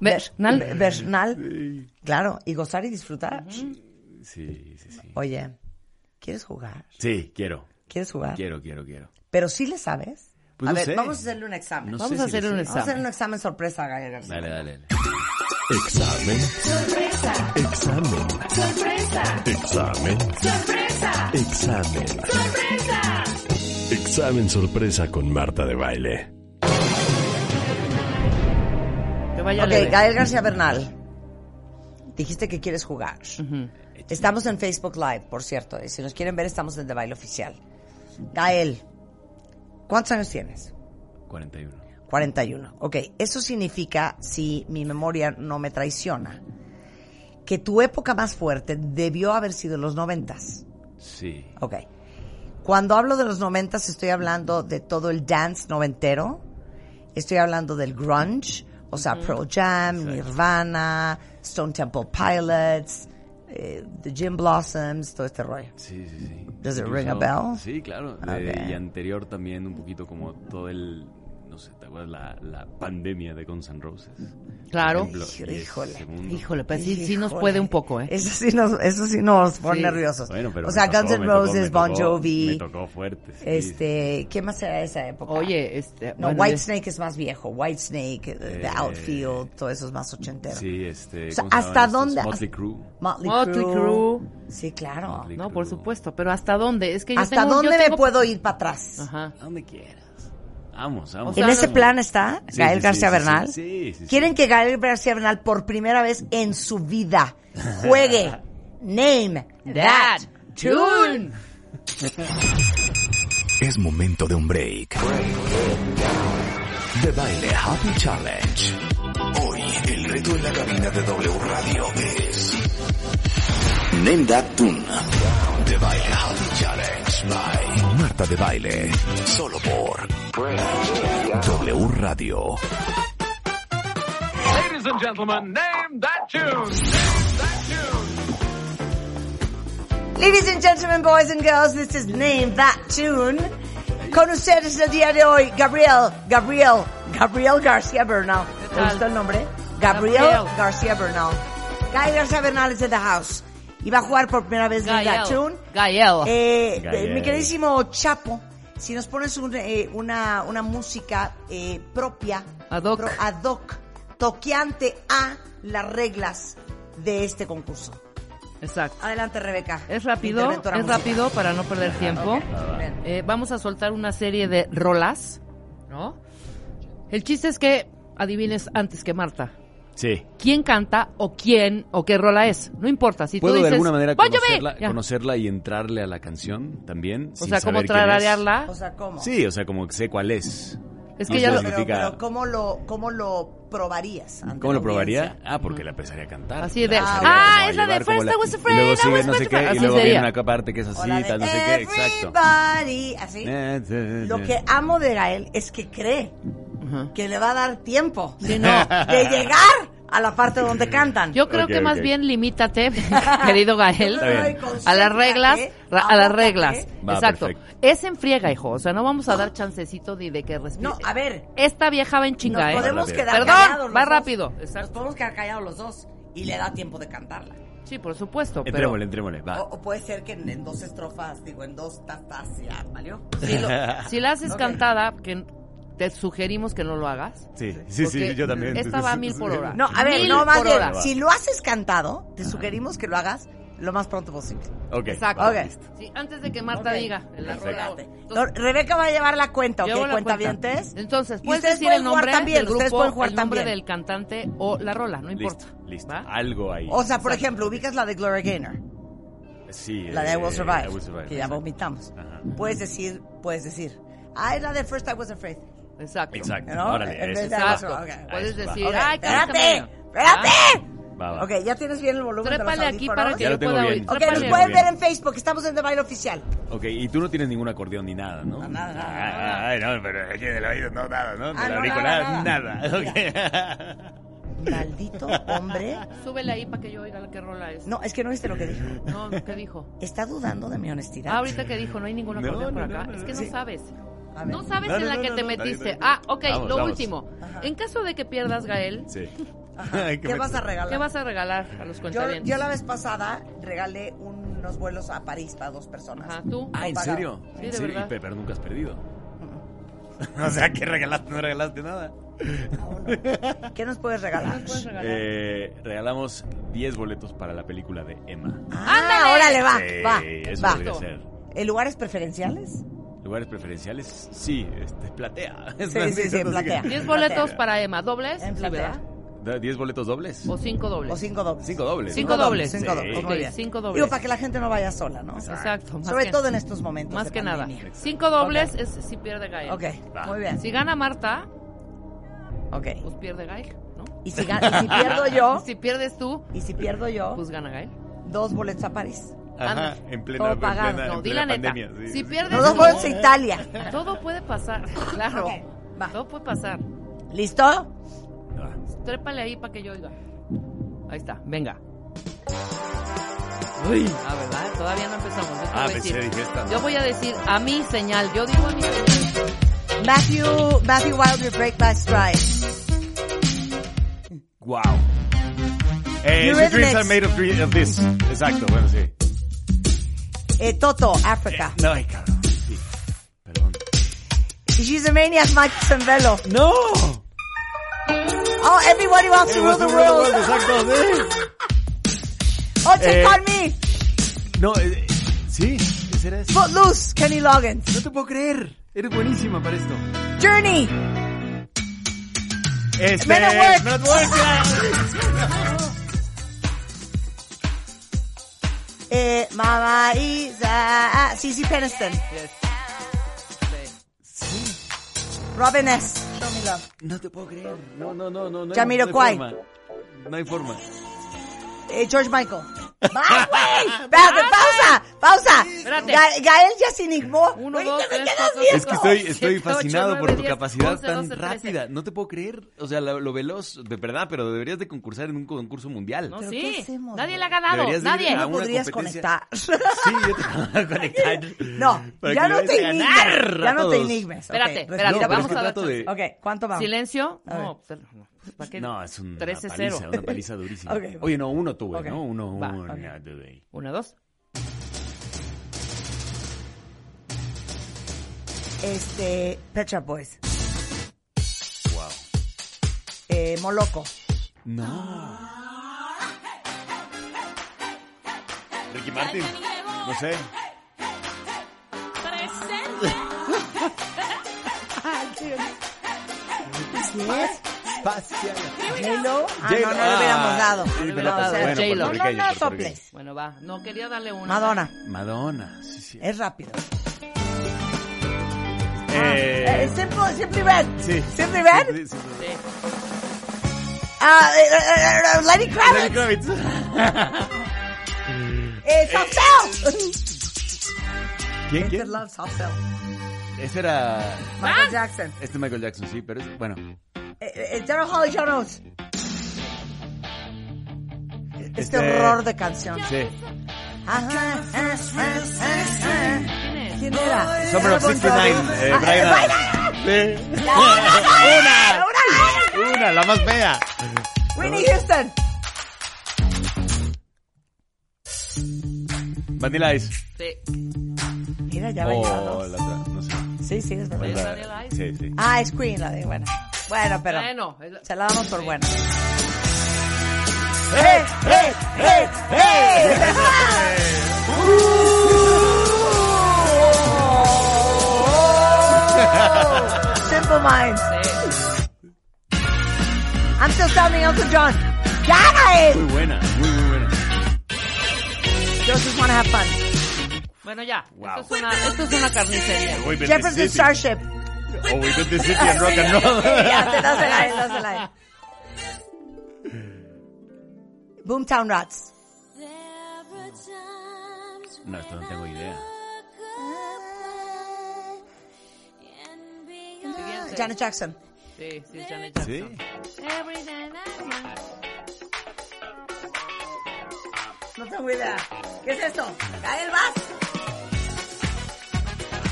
Speaker 4: Bernal.
Speaker 3: Be- Bernal. Claro, y gozar y disfrutar.
Speaker 5: Sí, sí, sí.
Speaker 3: Oye, ¿quieres jugar?
Speaker 5: Sí, quiero.
Speaker 3: ¿Quieres jugar?
Speaker 5: Quiero, quiero, quiero.
Speaker 3: Pero sí le sabes.
Speaker 5: Pues
Speaker 3: a
Speaker 5: no
Speaker 3: ver,
Speaker 5: sé.
Speaker 3: vamos a hacerle un examen.
Speaker 5: No
Speaker 4: Vamos
Speaker 5: sé
Speaker 4: a
Speaker 5: si
Speaker 4: hacer
Speaker 5: le
Speaker 4: un
Speaker 5: sé.
Speaker 3: Vamos a hacer
Speaker 4: examen.
Speaker 3: un examen sorpresa a Gael García.
Speaker 5: Dale, dale, dale.
Speaker 2: Examen.
Speaker 6: Sorpresa,
Speaker 2: Examen.
Speaker 6: sorpresa,
Speaker 2: Examen.
Speaker 6: sorpresa,
Speaker 2: Examen.
Speaker 6: sorpresa.
Speaker 2: Examen sorpresa con Marta de Baile.
Speaker 4: Que vaya
Speaker 3: Ok,
Speaker 4: leve.
Speaker 3: Gael García Bernal. Dijiste que quieres jugar. Estamos en Facebook Live, por cierto. Y si nos quieren ver, estamos en The Baile Oficial. Gael, ¿cuántos años tienes?
Speaker 5: 41.
Speaker 3: 41. Ok, eso significa, si mi memoria no me traiciona, que tu época más fuerte debió haber sido los noventas.
Speaker 5: Sí.
Speaker 3: Ok. Cuando hablo de los noventas, estoy hablando de todo el dance noventero. Estoy hablando del grunge, o sea, Pearl Jam, Nirvana, Stone Temple Pilots, eh, The Jim Blossoms, todo este rollo.
Speaker 5: Sí, sí, sí.
Speaker 3: Does it
Speaker 5: Incluso-
Speaker 3: ring a bell?
Speaker 5: Sí, claro. de-
Speaker 3: Ok.
Speaker 5: y anterior también un poquito como todo el, no sé, ¿te acuerdas la, la pandemia de Guns N' Roses?
Speaker 4: Claro.
Speaker 5: Por ejemplo, y ese
Speaker 3: Híjole.
Speaker 5: segundo.
Speaker 4: Híjole, pues sí, sí
Speaker 3: Híjole.
Speaker 4: nos puede un poco, ¿eh?
Speaker 3: Eso sí nos, eso sí nos pone
Speaker 4: Sí.
Speaker 3: nerviosos.
Speaker 5: Bueno, pero
Speaker 3: o
Speaker 5: me
Speaker 3: sea,
Speaker 5: tocó,
Speaker 3: Guns N'
Speaker 5: me tocó,
Speaker 3: Roses,
Speaker 5: me
Speaker 3: Bon
Speaker 5: tocó-
Speaker 3: Jovi,
Speaker 5: Me tocó fuerte. sí.
Speaker 3: este, ¿qué más era de esa época?
Speaker 4: Oye, este...
Speaker 3: No,
Speaker 4: bueno,
Speaker 3: White
Speaker 4: ya-
Speaker 3: Snake es más viejo. White Snake, The
Speaker 5: Eh,
Speaker 3: Outfield, todo eso es más ochentero.
Speaker 5: Sí, este.
Speaker 3: O sea,
Speaker 5: ¿cómo se llamaban
Speaker 3: ¿hasta
Speaker 5: estos?
Speaker 3: dónde?
Speaker 5: Motley Crue.
Speaker 3: Motley,
Speaker 4: Motley
Speaker 3: Crue.
Speaker 4: Crue.
Speaker 3: Sí, claro.
Speaker 5: Motley
Speaker 4: No, por
Speaker 5: Crue.
Speaker 4: supuesto, pero ¿hasta dónde? Es que yo
Speaker 3: ¿Hasta
Speaker 4: tengo- yo
Speaker 3: dónde me
Speaker 4: tengo-
Speaker 3: puedo ir para atrás?
Speaker 4: Ajá.
Speaker 5: A donde quieras. Vamos, vamos.
Speaker 4: O sea,
Speaker 3: en ese
Speaker 4: no-
Speaker 3: plan está
Speaker 5: Sí,
Speaker 3: Gael
Speaker 5: sí, sí,
Speaker 3: García
Speaker 5: sí,
Speaker 3: Bernal.
Speaker 5: sí, sí, sí, sí.
Speaker 3: Quieren que Gael García Bernal por primera vez en su vida juegue Name That Tune.
Speaker 1: Es momento de un break. De baile Happy Challenge. Hoy el reto en la cabina de W Radio es Nenda Tun. De baile Happy Challenge by Marta de Baile. Solo por W Radio.
Speaker 3: Ladies and gentlemen, boys and girls, this is Name That Tune. Con ustedes el día de hoy, Gabriel, Gabriel, Gabriel García Bernal.
Speaker 4: ¿Qué
Speaker 3: ¿Te
Speaker 4: tal?
Speaker 3: gustó el nombre? Gabriel,
Speaker 4: Gabriel.
Speaker 3: García Bernal. Gael García Bernal is in the house. Y va a jugar por primera vez Name That Tune.
Speaker 5: <laughs>
Speaker 4: Gael. Gael.
Speaker 3: Eh,
Speaker 5: Gael.
Speaker 3: eh, mi queridísimo Chapo, si nos pones un, eh, una, una música eh, propia,
Speaker 4: Ad hoc.
Speaker 3: ad hoc, toqueante a las reglas de este concurso.
Speaker 4: Exacto.
Speaker 3: Adelante, Rebeca.
Speaker 4: Es rápido, es
Speaker 3: Interventora musical.
Speaker 4: rápido para no perder tiempo.
Speaker 3: Ok, bien.
Speaker 4: Eh, vamos a soltar una serie de rolas, ¿no? El chiste es que adivines antes que Marta.
Speaker 5: Sí.
Speaker 4: ¿Quién canta o quién o qué rola es? No importa. Si
Speaker 5: Puedo
Speaker 4: tú dices,
Speaker 5: de alguna manera
Speaker 4: "Bon Jovi",
Speaker 5: conocerla,
Speaker 4: ya.
Speaker 5: conocerla y entrarle a la canción también.
Speaker 4: O
Speaker 5: sin
Speaker 4: sea, como
Speaker 5: saber quién es.
Speaker 4: tararearla.
Speaker 3: O sea, ¿cómo?
Speaker 5: Sí, o sea, como que sé cuál es.
Speaker 4: es
Speaker 5: no
Speaker 4: que ya
Speaker 5: sé
Speaker 4: lo,
Speaker 5: si-
Speaker 3: Pero,
Speaker 5: significa-
Speaker 3: pero ¿cómo, lo, ¿cómo lo probarías? ante
Speaker 5: ¿Cómo
Speaker 3: la
Speaker 5: lo probaría?
Speaker 3: audiencia?
Speaker 5: Ah, porque la empezaría a cantar.
Speaker 4: Así de,
Speaker 5: La empezaría
Speaker 4: ah,
Speaker 5: como a
Speaker 4: es la de
Speaker 5: llevar como
Speaker 4: First I was
Speaker 5: Y luego
Speaker 4: afraid, I
Speaker 5: sigue
Speaker 4: was
Speaker 5: no sé
Speaker 4: afraid.
Speaker 5: qué, y
Speaker 4: pues, Así
Speaker 5: luego
Speaker 4: sería.
Speaker 5: viene una parte que es
Speaker 3: O
Speaker 5: así,
Speaker 3: la de
Speaker 5: tal, no sé qué, exacto.
Speaker 3: Everybody, así.
Speaker 5: Eh, eh,
Speaker 3: eh, Lo
Speaker 5: eh.
Speaker 3: que amo de Gael es que cree
Speaker 4: Ajá.
Speaker 3: que le va a dar tiempo
Speaker 4: Sí, no.
Speaker 3: de llegar a la parte donde cantan.
Speaker 4: Yo creo
Speaker 5: Ok,
Speaker 4: que más
Speaker 5: ok.
Speaker 4: bien limítate, <laughs> querido Gael,
Speaker 5: Está bien.
Speaker 4: a las reglas, ra- a las reglas.
Speaker 5: Va,
Speaker 4: Exacto.
Speaker 5: perfecto.
Speaker 4: Es en friega, hijo. O sea, no vamos a dar chancecito ni de que respire.
Speaker 3: No, a ver,
Speaker 4: Esta vieja va en
Speaker 3: nos
Speaker 4: chinga, ¿eh?
Speaker 3: podemos
Speaker 5: Rápido.
Speaker 3: quedar
Speaker 4: Perdón,
Speaker 3: callados los
Speaker 4: va
Speaker 3: dos.
Speaker 4: rápido.
Speaker 3: Nos
Speaker 4: Exacto.
Speaker 3: podemos quedar callados los dos y le da tiempo de cantarla.
Speaker 4: Sí, por supuesto. Pero
Speaker 5: Entrémosle, entrémosle, va.
Speaker 3: O, o puede ser que en, en dos estrofas, digo, en dos tatas ya, ¿valió?
Speaker 4: si, lo- si la haces
Speaker 3: Ok.
Speaker 4: cantada, que te sugerimos que no lo hagas.
Speaker 5: Sí, sí, sí,
Speaker 4: Porque
Speaker 5: yo también.
Speaker 4: Esta va a mil por hora.
Speaker 3: <laughs> No, a ver,
Speaker 4: Mil
Speaker 3: no, más
Speaker 4: por
Speaker 3: bien,
Speaker 4: hora.
Speaker 3: si lo haces cantado, te sugerimos que lo hagas lo más pronto posible.
Speaker 5: Ok.
Speaker 4: Exacto.
Speaker 3: Ok.
Speaker 4: Sí, antes de que Marta
Speaker 3: Ok.
Speaker 4: diga. en la
Speaker 5: Perfecto.
Speaker 4: rola.
Speaker 3: No, Rebeca va a llevar la cuenta, ¿ok?
Speaker 4: Llevo la
Speaker 3: ¿Cuenta
Speaker 4: cuenta.
Speaker 3: vientes?
Speaker 4: Entonces,
Speaker 3: Y
Speaker 4: puedes
Speaker 3: ustedes
Speaker 4: decir
Speaker 3: pueden
Speaker 4: el
Speaker 3: jugar
Speaker 4: nombre
Speaker 3: también,
Speaker 4: del
Speaker 3: ustedes
Speaker 4: grupo,
Speaker 3: pueden jugar
Speaker 4: el nombre
Speaker 3: también.
Speaker 4: del cantante o la rola, no importa.
Speaker 5: Listo, listo.
Speaker 4: ¿va?
Speaker 5: Algo ahí.
Speaker 3: O sea, por ejemplo, ubicas la de Gloria Gaynor,
Speaker 5: sí,
Speaker 3: la de I
Speaker 5: eh,
Speaker 3: Will Survive,
Speaker 5: I Will Survive,
Speaker 3: que ya
Speaker 5: exacto.
Speaker 3: vomitamos.
Speaker 5: Ajá.
Speaker 3: Puedes decir, puedes decir, ah, es la de First I Was Afraid.
Speaker 4: Exacto.
Speaker 5: Exacto.
Speaker 3: No, en
Speaker 5: Órale,
Speaker 3: vez
Speaker 5: eso.
Speaker 3: de-
Speaker 5: Va,
Speaker 4: Exacto.
Speaker 3: Ok.
Speaker 4: Puedes
Speaker 5: Ahí va.
Speaker 4: decir,
Speaker 3: Ok,
Speaker 4: ay,
Speaker 3: espérate,
Speaker 4: cállate, cállate".
Speaker 3: espérate.
Speaker 5: va, va.
Speaker 3: Ok, ya tienes bien el volumen
Speaker 4: Ah. Trépale
Speaker 3: de los
Speaker 4: aquí para
Speaker 5: Ya
Speaker 4: que yo
Speaker 5: lo tengo
Speaker 4: pueda
Speaker 5: bien.
Speaker 4: oír.
Speaker 5: Ok,
Speaker 3: Ok,
Speaker 4: Trépale
Speaker 3: nos
Speaker 5: Muy
Speaker 3: pueden
Speaker 5: bien.
Speaker 3: ver en Facebook, estamos en The Baile Oficial.
Speaker 5: Ok, y tú no tienes ningún acordeón ni nada, ¿no?
Speaker 3: nada, nada,
Speaker 5: Ah, Ay, no, pero aquí de la vida no, nada, ¿no? De
Speaker 3: Ah,
Speaker 5: la
Speaker 3: no,
Speaker 5: auricular,
Speaker 3: nada,
Speaker 5: nada. Ok.
Speaker 3: Maldito hombre.
Speaker 4: Súbele ahí para que yo oiga la que rola es.
Speaker 3: No, es que no viste lo que dijo.
Speaker 4: No, ¿qué dijo?
Speaker 3: Está dudando de mi honestidad.
Speaker 4: Ah, ahorita que dijo, no hay ninguna
Speaker 5: No,
Speaker 4: acordeón
Speaker 5: no,
Speaker 4: por
Speaker 5: no,
Speaker 4: acá.
Speaker 5: no,
Speaker 4: es
Speaker 5: no.
Speaker 4: que no
Speaker 5: Sí.
Speaker 4: sabes.
Speaker 3: A ver.
Speaker 4: No sabes
Speaker 5: No, no,
Speaker 4: en la
Speaker 5: no,
Speaker 4: que
Speaker 5: no,
Speaker 4: te
Speaker 5: no, está bien,
Speaker 4: metiste.
Speaker 5: está bien.
Speaker 4: Ah, ok,
Speaker 5: Vamos,
Speaker 4: lo
Speaker 5: vamos.
Speaker 4: último. En caso de que pierdas, Gael,
Speaker 5: Sí.
Speaker 3: Ajá.
Speaker 5: Ay,
Speaker 3: ¿Qué,
Speaker 5: me-
Speaker 3: vas a regalar?
Speaker 4: ¿qué vas a regalar a los
Speaker 3: yo,
Speaker 4: cuentavientes?
Speaker 3: yo la vez pasada regalé unos vuelos a París para dos personas.
Speaker 4: Ajá, tú.
Speaker 5: Ah, ¿en
Speaker 3: Apagado.
Speaker 5: serio?
Speaker 4: Sí,
Speaker 5: ¿En
Speaker 4: de
Speaker 5: serio?
Speaker 4: verdad.
Speaker 5: Y pe- pero nunca has perdido. o sea, ¿qué regalaste? No regalaste nada.
Speaker 3: ¿Qué nos puedes regalar?
Speaker 5: Eh, regalamos 10 boletos para la película de Emma.
Speaker 3: Ah, órale, va,
Speaker 5: Eh,
Speaker 3: va,
Speaker 5: eso
Speaker 3: va.
Speaker 5: podría ser.
Speaker 3: ¿En lugares preferenciales?
Speaker 5: ¿Lugares preferenciales? Sí, este, platea. <laughs>
Speaker 3: Sí, sí, sí, en platea.
Speaker 4: 10
Speaker 3: En
Speaker 4: boletos
Speaker 3: platea.
Speaker 4: para Emma, dobles,
Speaker 3: En
Speaker 4: sí,
Speaker 3: platea.
Speaker 4: ¿verdad?
Speaker 5: Da- ¿10 boletos dobles?
Speaker 4: O cinco dobles.
Speaker 3: ¿O cinco dobles?
Speaker 5: Cinco dobles.
Speaker 4: Cinco dobles.
Speaker 3: Cinco
Speaker 5: Sí.
Speaker 3: dobles,
Speaker 5: Ok,
Speaker 3: muy bien.
Speaker 4: cinco dobles.
Speaker 3: Digo, para que la gente no vaya sola, ¿no?
Speaker 4: Exacto. más
Speaker 3: Sobre
Speaker 4: que-
Speaker 3: todo en estos momentos.
Speaker 4: Más
Speaker 3: de
Speaker 4: que nada.
Speaker 3: pandemia.
Speaker 4: Cinco dobles es si pierde Gael.
Speaker 3: Ok, muy bien.
Speaker 4: Si gana Marta,
Speaker 3: Ok.
Speaker 4: pues pierde Gael, ¿no?
Speaker 3: Y si, ga- y si pierdo yo,
Speaker 4: <laughs> Si pierdes tú,
Speaker 3: y si pierdo yo,
Speaker 4: pues gana Gael.
Speaker 3: dos boletos a París.
Speaker 5: Ajá,
Speaker 4: Ándale.
Speaker 5: en plena,
Speaker 3: Todo
Speaker 5: en
Speaker 3: pagado.
Speaker 5: plena-
Speaker 4: No,
Speaker 5: en
Speaker 4: di
Speaker 5: plena
Speaker 4: la neta.
Speaker 5: pandemia. sí,
Speaker 4: Si
Speaker 5: sí.
Speaker 4: pierdes
Speaker 3: Los dos
Speaker 4: tú,
Speaker 3: boletos a Italia.
Speaker 4: Todo puede pasar, <laughs> claro.
Speaker 3: Ok, va.
Speaker 4: Todo puede pasar.
Speaker 3: ¿Listo?
Speaker 5: Ah,
Speaker 4: Trépale ahí para que yo oiga. Ahí está, venga.
Speaker 5: Uy.
Speaker 4: Ah, ¿verdad? Todavía no empezamos. Yo, te
Speaker 5: Ah,
Speaker 4: voy a
Speaker 5: pensé,
Speaker 4: decir-
Speaker 5: dije esta.
Speaker 4: yo voy a decir a mi señal. Yo digo a mi señal.
Speaker 3: Matthew, Matthew Wilder, Break by Stride.
Speaker 5: Wow. Eh, your
Speaker 3: Eurythmics.
Speaker 5: dreams are made of, dream- of this. Exacto, bueno, sí.
Speaker 3: Eh, Toto, Africa.
Speaker 5: No, ay, cabrón. Sí. Perdón.
Speaker 3: She's a maniac, Mike Zambello.
Speaker 5: ¡No!
Speaker 3: Oh, everybody wants to rule the world.
Speaker 5: Exacto, sí.
Speaker 3: Oh, take
Speaker 5: Eh.
Speaker 3: on me.
Speaker 5: No, eh, eh, sí, ese era ese.
Speaker 3: Footloose, Kenny Loggins.
Speaker 5: No te puedo creer. Eres buenísima para esto.
Speaker 3: Journey.
Speaker 5: Este,
Speaker 3: Men at Work.
Speaker 5: Men at Work, ya.
Speaker 3: Eh, Mama Isa. Ah, Cece Peniston. Robin S. Show me love.
Speaker 5: No te puedo creer. No, no, no, no. no hay-
Speaker 3: Jamiroquai.
Speaker 5: No hay forma. No hay
Speaker 3: <laughs>
Speaker 5: forma.
Speaker 3: Eh,
Speaker 5: <laughs>
Speaker 3: George Michael. ¡Va, güey! Espérate, pausa, pausa.
Speaker 4: Espérate.
Speaker 3: Ga- Gael ya se enigmó.
Speaker 4: Uno,
Speaker 3: Ahorita
Speaker 4: dos,
Speaker 3: me
Speaker 4: tres,
Speaker 3: quedas
Speaker 4: cuatro,
Speaker 3: viendo.
Speaker 5: Es que estoy,
Speaker 4: Siete,
Speaker 5: estoy
Speaker 4: ocho,
Speaker 5: fascinado
Speaker 4: nueve,
Speaker 5: por tu
Speaker 4: diez,
Speaker 5: capacidad
Speaker 4: once,
Speaker 5: tan
Speaker 4: doce, trece.
Speaker 5: rápida. No te puedo creer. O sea, la- lo, veloz, de verdad, pero deberías de concursar en un concurso mundial.
Speaker 4: No,
Speaker 3: ¿Pero
Speaker 4: sí.
Speaker 3: qué hacemos,
Speaker 4: Nadie
Speaker 3: güey?
Speaker 4: la ha ganado.
Speaker 5: Deberías de ir
Speaker 4: Nadie.
Speaker 5: a
Speaker 3: No
Speaker 5: una
Speaker 3: podrías
Speaker 5: competencia.
Speaker 3: conectar.
Speaker 5: Sí, yo te <laughs> voy a conectar.
Speaker 3: No,
Speaker 5: Para
Speaker 3: ya
Speaker 5: que
Speaker 3: no
Speaker 5: le
Speaker 3: te
Speaker 5: des a
Speaker 3: enigmes.
Speaker 5: ganar
Speaker 3: Ya
Speaker 5: a
Speaker 3: no te
Speaker 5: todos.
Speaker 3: enigmes. Ok,
Speaker 4: Espérate,
Speaker 3: respira,
Speaker 4: espérate,
Speaker 5: pues, No, pero es
Speaker 4: vamos
Speaker 5: que
Speaker 4: a dar
Speaker 5: trato de...
Speaker 3: Ok, ¿cuánto vamos?
Speaker 4: Silencio.
Speaker 3: A
Speaker 4: No, pues, no, pues, ¿para qué?
Speaker 5: No, es una
Speaker 4: 13-0.
Speaker 5: paliza,
Speaker 3: <laughs>
Speaker 5: una paliza durísima.
Speaker 3: Ok.
Speaker 5: Oye, no, uno tuve,
Speaker 3: Ok.
Speaker 5: ¿no? Uno,
Speaker 4: Va,
Speaker 5: uno
Speaker 3: ok.
Speaker 5: tuve.
Speaker 4: Una, dos.
Speaker 3: Este, Petra Boys.
Speaker 5: Wow.
Speaker 3: Eh, Moloco.
Speaker 5: No.
Speaker 3: <gasps>
Speaker 5: Ricky Martin. No sé. Espacial.
Speaker 3: J-Lo. Ah,
Speaker 5: J-Lo.
Speaker 3: no, no lo hubiéramos
Speaker 5: Ah,
Speaker 3: dado.
Speaker 5: sí,
Speaker 3: No,
Speaker 4: pero
Speaker 3: o
Speaker 4: pues,
Speaker 3: sea, no,
Speaker 4: bueno,
Speaker 3: no,
Speaker 5: puertorriqueño,
Speaker 3: no
Speaker 5: puertorriqueño.
Speaker 3: soples.
Speaker 4: Bueno, va. No, quería darle una.
Speaker 3: Madonna.
Speaker 5: Madonna. Sí, sí.
Speaker 3: Es rápido.
Speaker 5: Eh,
Speaker 3: Eh, Simple, Simply Red.
Speaker 5: sí.
Speaker 3: Simply Red.
Speaker 5: Sí, sí, sí.
Speaker 4: Sí.
Speaker 3: Ah, eh, eh, eh, Lenny
Speaker 5: Lenny
Speaker 3: Kravitz.
Speaker 5: Kravitz.
Speaker 3: Eh, Soft Cell.
Speaker 5: ¿Quién,
Speaker 3: Mr.
Speaker 5: quién?
Speaker 3: Love Soft Cell.
Speaker 5: Ese era...
Speaker 3: Michael Jackson.
Speaker 5: Este Michael Jackson, sí, pero es... Bueno.
Speaker 3: Eh, eh, Daryl Hall y John Oates. Este
Speaker 5: Este-
Speaker 3: horror de canción.
Speaker 5: Sí.
Speaker 3: Ajá, ah, ajá, ajá, ajá.
Speaker 4: ¿Quién es?
Speaker 3: ah. ¿Quién era?
Speaker 5: Summer of
Speaker 3: Bon
Speaker 5: 69.
Speaker 3: Jovi.
Speaker 5: Eh,
Speaker 3: Ah,
Speaker 5: Brian
Speaker 3: Brian
Speaker 5: Adams. Sí. <laughs>
Speaker 3: ¡Una! ¡Una!
Speaker 5: Una, la más fea.
Speaker 3: Whitney Houston.
Speaker 5: Vanilla Ice.
Speaker 4: Sí.
Speaker 3: Mira, ya
Speaker 5: O
Speaker 3: venía
Speaker 5: la otra, no sé.
Speaker 3: Sí, sí, es verdad.
Speaker 4: ¿Es
Speaker 5: La-
Speaker 4: Vanilla Ice?
Speaker 5: Sí, sí.
Speaker 3: Ah, es Queen la de buena. Bueno, pero
Speaker 4: Bueno. es la-
Speaker 3: se la damos por buena.
Speaker 5: ¡Eh, eh, eh, eh!
Speaker 3: ¡Uh! Simple Minds.
Speaker 4: Sí.
Speaker 3: I'm still standing, Uncle John. ¡Ya, eh!
Speaker 5: Muy buena, muy, muy buena.
Speaker 3: Just wanna have fun.
Speaker 4: Bueno, ya.
Speaker 5: Wow.
Speaker 4: Esto, es una, esto es una carnicería.
Speaker 5: We've been
Speaker 3: Jefferson
Speaker 5: this city.
Speaker 3: Starship.
Speaker 5: Oh, we've been this city and rock and
Speaker 3: Ya, te
Speaker 5: roll.
Speaker 3: das el aire, das el aire. Boomtown Rats.
Speaker 5: No, esto no tengo idea.
Speaker 4: Siguiente.
Speaker 3: Janet Jackson.
Speaker 4: Sí, sí, Janet Jackson.
Speaker 5: ¿Sí?
Speaker 3: No tengo idea. ¿Qué es esto? Gael, vas.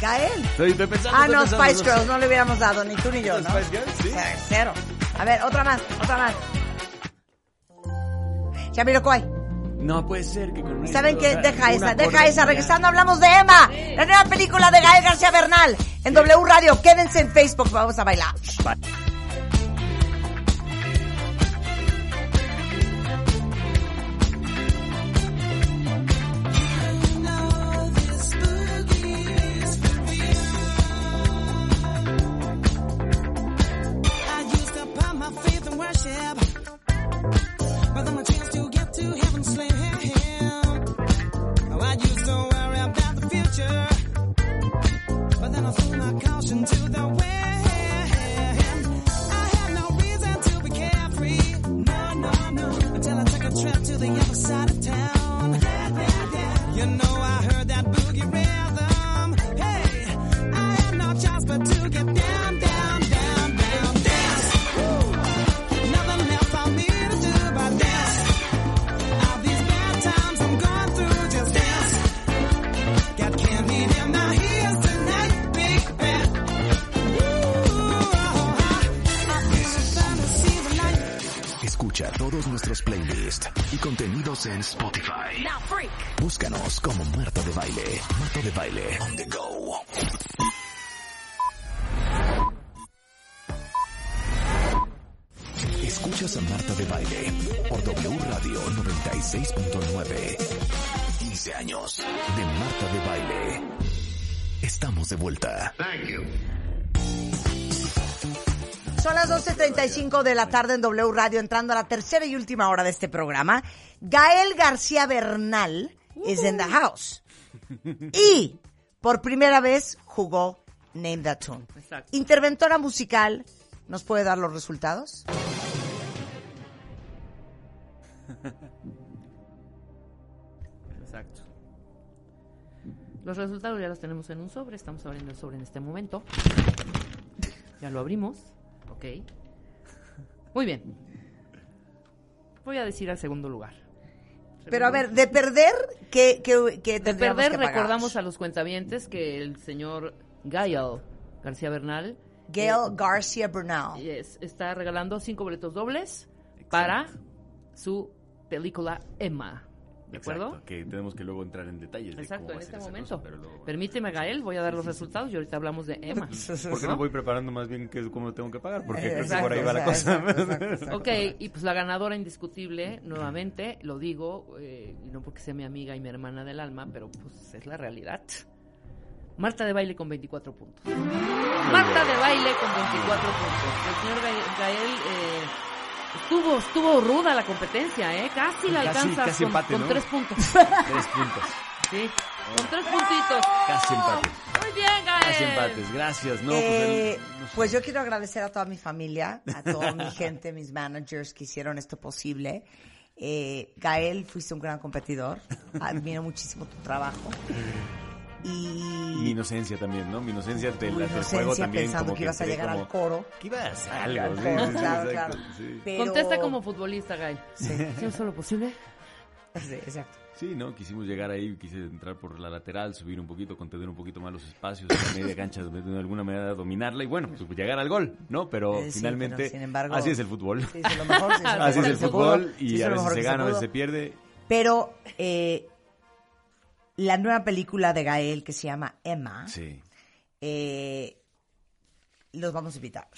Speaker 3: Gael.
Speaker 5: Estoy, estoy pensando.
Speaker 3: Ah,
Speaker 5: estoy
Speaker 3: no,
Speaker 5: pensando,
Speaker 3: Spice
Speaker 5: sé.
Speaker 3: Girls, no le hubiéramos dado, ni tú ni yo, ¿no?
Speaker 5: Spice Girls, sí.
Speaker 3: Eh, Cero. A ver, otra más, otra más. Jamiroquai,
Speaker 5: No puede ser que con
Speaker 3: ¿saben
Speaker 5: esto,
Speaker 3: qué?
Speaker 5: o sea,
Speaker 3: Deja
Speaker 5: un
Speaker 3: esa,
Speaker 5: acorde,
Speaker 3: deja esa.
Speaker 5: ya.
Speaker 3: Regresando hablamos de Emma, la nueva película de Gael García Bernal en W Radio. Quédense en Facebook, vamos a bailar.
Speaker 1: Escucha todos nuestros playlists y contenidos en Spotify.
Speaker 6: La Freak.
Speaker 1: Búscanos como Marta de Baile. Marta de Baile. On the go. Escuchas a Marta de Baile por W Radio 96.9. 15 años de Marta de Baile. Estamos de vuelta.
Speaker 3: Son las 12.35 de la tarde en W Radio, entrando a la tercera y última hora de este programa. Gael García Bernal es en the house. Y por primera vez jugó Name That Tune.
Speaker 4: Exacto.
Speaker 3: Interventora musical, ¿nos puede dar los resultados?
Speaker 4: Exacto. Los resultados ya los tenemos en un sobre. Estamos abriendo el sobre en este momento. Ya lo abrimos. Ok. Muy bien. Voy a decir al segundo lugar.
Speaker 3: Pero a ver, de perder, ¿qué, qué, qué
Speaker 4: De
Speaker 3: tendríamos
Speaker 4: perder,
Speaker 3: que pagar?
Speaker 4: recordamos a los cuentavientes que el señor Gael García Bernal
Speaker 3: Gael García
Speaker 5: Ah.
Speaker 3: Bernal.
Speaker 4: yes, está regalando cinco boletos dobles para su película Emma. ¿De acuerdo?
Speaker 5: Exacto, que tenemos que luego entrar en detalles. de cómo
Speaker 4: Exacto,
Speaker 5: va
Speaker 4: en
Speaker 5: a ser
Speaker 4: este
Speaker 5: esa
Speaker 4: momento.
Speaker 5: cosa, pero luego-
Speaker 4: Permíteme, Gael, voy a dar los resultados y ahorita hablamos de
Speaker 5: <laughs>
Speaker 4: Emma.
Speaker 5: ¿Por qué no voy preparando más bien qué es cómo lo tengo que pagar?
Speaker 3: Eh.
Speaker 5: Porque creo que
Speaker 4: Exacto,
Speaker 5: por ahí va la cosa.
Speaker 3: exacto, exacto, exacto.
Speaker 4: Ok, y pues la ganadora indiscutible, nuevamente, lo digo, eh, y no porque sea mi amiga y mi hermana del alma, pero pues es la realidad. Marta de baile con 24 puntos. Marta de baile con 24 puntos. El señor Ga- Gael eh, estuvo, estuvo ruda la competencia, ¿eh? Casi la
Speaker 5: Casi-
Speaker 4: alcanza
Speaker 5: casi
Speaker 4: con,
Speaker 5: empate,
Speaker 4: con
Speaker 5: ¿no?
Speaker 4: tres
Speaker 5: <laughs>
Speaker 4: puntos.
Speaker 5: Tres puntos.
Speaker 4: Sí, con tres puntitos.
Speaker 5: Casi empates.
Speaker 4: Muy bien, Gael.
Speaker 5: Casi empates. Gracias. No, pues,
Speaker 3: Eh,
Speaker 5: el- no sé.
Speaker 3: pues yo quiero agradecer a toda mi familia, a toda mi gente, mis managers que hicieron esto posible. Eh, Gael, fuiste un gran competidor. Admiro muchísimo tu trabajo.
Speaker 5: Mi
Speaker 3: Y
Speaker 5: inocencia también, ¿no? Mi inocencia
Speaker 3: tu
Speaker 5: del, del juego
Speaker 3: inocencia
Speaker 5: también.
Speaker 3: pensando
Speaker 5: como
Speaker 3: que ibas a
Speaker 5: entré
Speaker 3: llegar
Speaker 5: como-
Speaker 3: al coro.
Speaker 5: ¿Qué ibas?
Speaker 3: Al
Speaker 5: Algo, sí,
Speaker 3: coro,
Speaker 5: sí, sí, exacto,
Speaker 3: claro, claro.
Speaker 5: sí.
Speaker 3: Pero-
Speaker 4: Contesta como futbolista, Gael. ¿Es solo posible?
Speaker 3: Sí, exacto.
Speaker 5: Sí, ¿no? Quisimos llegar ahí, quise entrar por la lateral, subir un poquito, contener un poquito más los espacios, la media cancha, de alguna manera dominarla y bueno, pues llegar al gol, ¿no? Pero
Speaker 3: Eh, sí,
Speaker 5: finalmente,
Speaker 3: pero sin embargo-
Speaker 5: así es el fútbol.
Speaker 3: Se hizo lo mejor, se hizo lo
Speaker 5: Así Ah, es
Speaker 3: mejor
Speaker 5: el
Speaker 3: que se pudo,
Speaker 5: fútbol
Speaker 3: se
Speaker 5: y
Speaker 3: hizo
Speaker 5: a
Speaker 3: lo
Speaker 5: veces
Speaker 3: mejor
Speaker 5: se
Speaker 3: que
Speaker 5: gana, a
Speaker 3: pudo.
Speaker 5: veces se pierde.
Speaker 3: Pero eh, la nueva película de Gael que se llama Emma,
Speaker 5: Sí.
Speaker 3: eh, los vamos a invitar.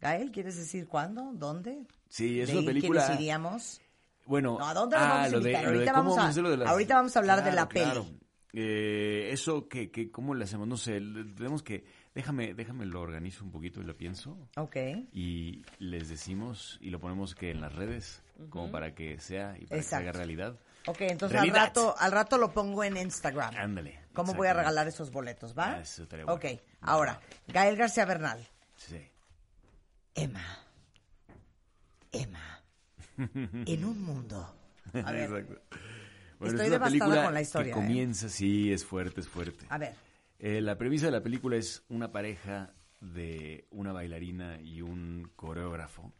Speaker 3: Gael, ¿quieres decir cuándo? ¿Dónde?
Speaker 5: Sí, es
Speaker 3: ¿De
Speaker 5: una
Speaker 3: quiénes
Speaker 5: película.
Speaker 3: iríamos?
Speaker 5: Bueno,
Speaker 3: No, ¿a dónde nos
Speaker 5: ah,
Speaker 3: vamos a
Speaker 5: lo de-
Speaker 3: invitar?
Speaker 5: lo de
Speaker 3: ahorita,
Speaker 5: cómo
Speaker 3: vamos
Speaker 5: hacer lo
Speaker 3: a,
Speaker 5: de las-
Speaker 3: ahorita vamos a hablar de
Speaker 5: Claro,
Speaker 3: la
Speaker 5: claro.
Speaker 3: peli.
Speaker 5: Eh, eso, que, que, ¿cómo le hacemos? No sé, le- tenemos que... Déjame, déjame lo organizo un poquito y lo pienso.
Speaker 3: Ok.
Speaker 5: Y les decimos y lo ponemos que en las redes, como para que sea y para que se
Speaker 3: Exacto.
Speaker 5: haga realidad.
Speaker 3: Ok, entonces al
Speaker 5: Realidad.
Speaker 3: rato, al rato lo pongo en Instagram.
Speaker 5: Ándale,
Speaker 3: ¿Cómo voy a
Speaker 5: exactamente.
Speaker 3: regalar esos boletos, va?
Speaker 5: Ah, eso estaría bueno.
Speaker 3: Ok, ahora, Gael García Bernal.
Speaker 5: Sí.
Speaker 3: Emma.
Speaker 5: <laughs>
Speaker 3: Emma. En un mundo. A ver.
Speaker 5: Exacto.
Speaker 3: Estoy
Speaker 5: es una
Speaker 3: devastada
Speaker 5: película
Speaker 3: con la historia, ¿eh?
Speaker 5: Que comienza, sí, es fuerte, es fuerte.
Speaker 3: A ver.
Speaker 5: Eh, la premisa de la película es una pareja de una bailarina y un coreógrafo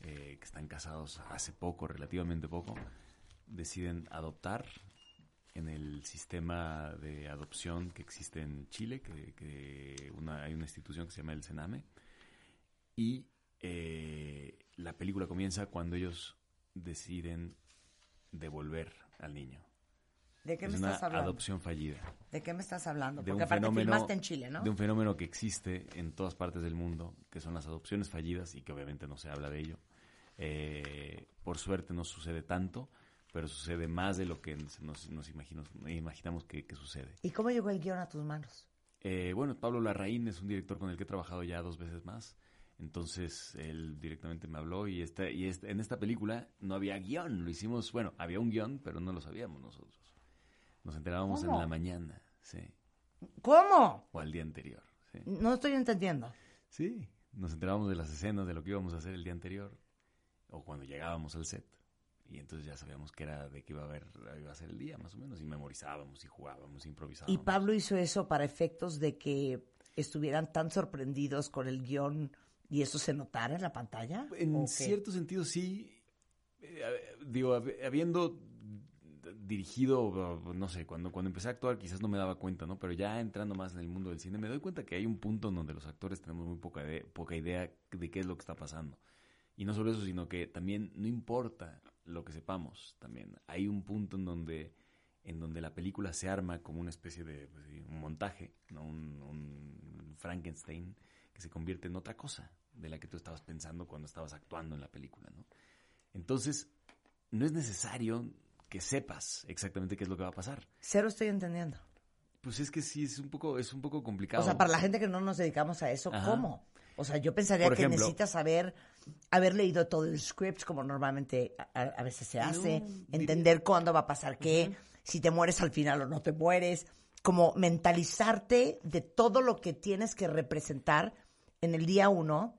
Speaker 5: eh, que están casados hace poco, relativamente poco, deciden adoptar en el sistema de adopción que existe en Chile, que, que una- hay una institución que se llama el Sename, y eh, la película comienza cuando ellos deciden devolver al niño.
Speaker 3: ¿De qué
Speaker 5: es
Speaker 3: me
Speaker 5: una
Speaker 3: estás hablando?
Speaker 5: adopción fallida
Speaker 3: ¿De qué me estás hablando?
Speaker 5: de
Speaker 3: Porque
Speaker 5: un
Speaker 3: aparte
Speaker 5: fenómeno
Speaker 3: filmaste en Chile, ¿no?
Speaker 5: de un fenómeno que existe en todas partes del mundo que son las adopciones fallidas y que obviamente no se habla de ello Eh, por suerte no sucede tanto pero sucede más de lo que nos, nos imaginos- imaginamos que, que sucede
Speaker 3: ¿Y cómo llegó el guión a tus manos?
Speaker 5: Eh, bueno Pablo Larraín es un director con el que he trabajado ya dos veces más entonces él directamente me habló y esta, y esta- en esta película no había guión lo hicimos bueno había un guión pero no lo sabíamos nosotros nos enterábamos
Speaker 3: ¿Cómo?
Speaker 5: en la mañana sí
Speaker 3: ¿Cómo?
Speaker 5: o al día anterior sí
Speaker 3: No estoy entendiendo.
Speaker 5: Sí, nos enterábamos de las escenas, de lo que íbamos a hacer el día anterior, o cuando llegábamos al set. Y entonces ya sabíamos que era de qué iba a haber, iba a ser el día, más o menos, y memorizábamos, y jugábamos, improvisábamos.
Speaker 3: Y Pablo hizo eso para efectos de que estuvieran tan sorprendidos con el guión y eso se notara en la pantalla.
Speaker 5: En
Speaker 3: ¿o qué?
Speaker 5: cierto sentido, sí. Eh, a- digo, hab- habiendo dirigido, o- no sé, cuando, cuando empecé a actuar quizás no me daba cuenta, ¿no? Pero ya entrando más en el mundo del cine, me doy cuenta que hay un punto en donde los actores tenemos muy poca, de- poca idea de qué es lo que está pasando. Y no solo eso, sino que también no importa lo que sepamos también. Hay un punto en donde, en donde la película se arma como una especie de pues, sí, un montaje, ¿no? un, un Frankenstein que se convierte en otra cosa de la que tú estabas pensando cuando estabas actuando en la película. ¿no? Entonces, no es necesario que sepas exactamente qué es lo que va a pasar.
Speaker 3: Cero estoy entendiendo.
Speaker 5: Pues es que sí, es un poco, es un poco complicado.
Speaker 3: O sea, para la gente que no nos dedicamos a eso,
Speaker 5: Ajá.
Speaker 3: ¿cómo? O sea, yo pensaría
Speaker 5: Por
Speaker 3: que
Speaker 5: ejemplo-
Speaker 3: necesitas haber, haber leído todo el script, como normalmente a, a- a veces se hace, entender cuándo va a pasar qué, si te mueres al final o no te mueres, como mentalizarte de todo lo que tienes que representar en el día uno,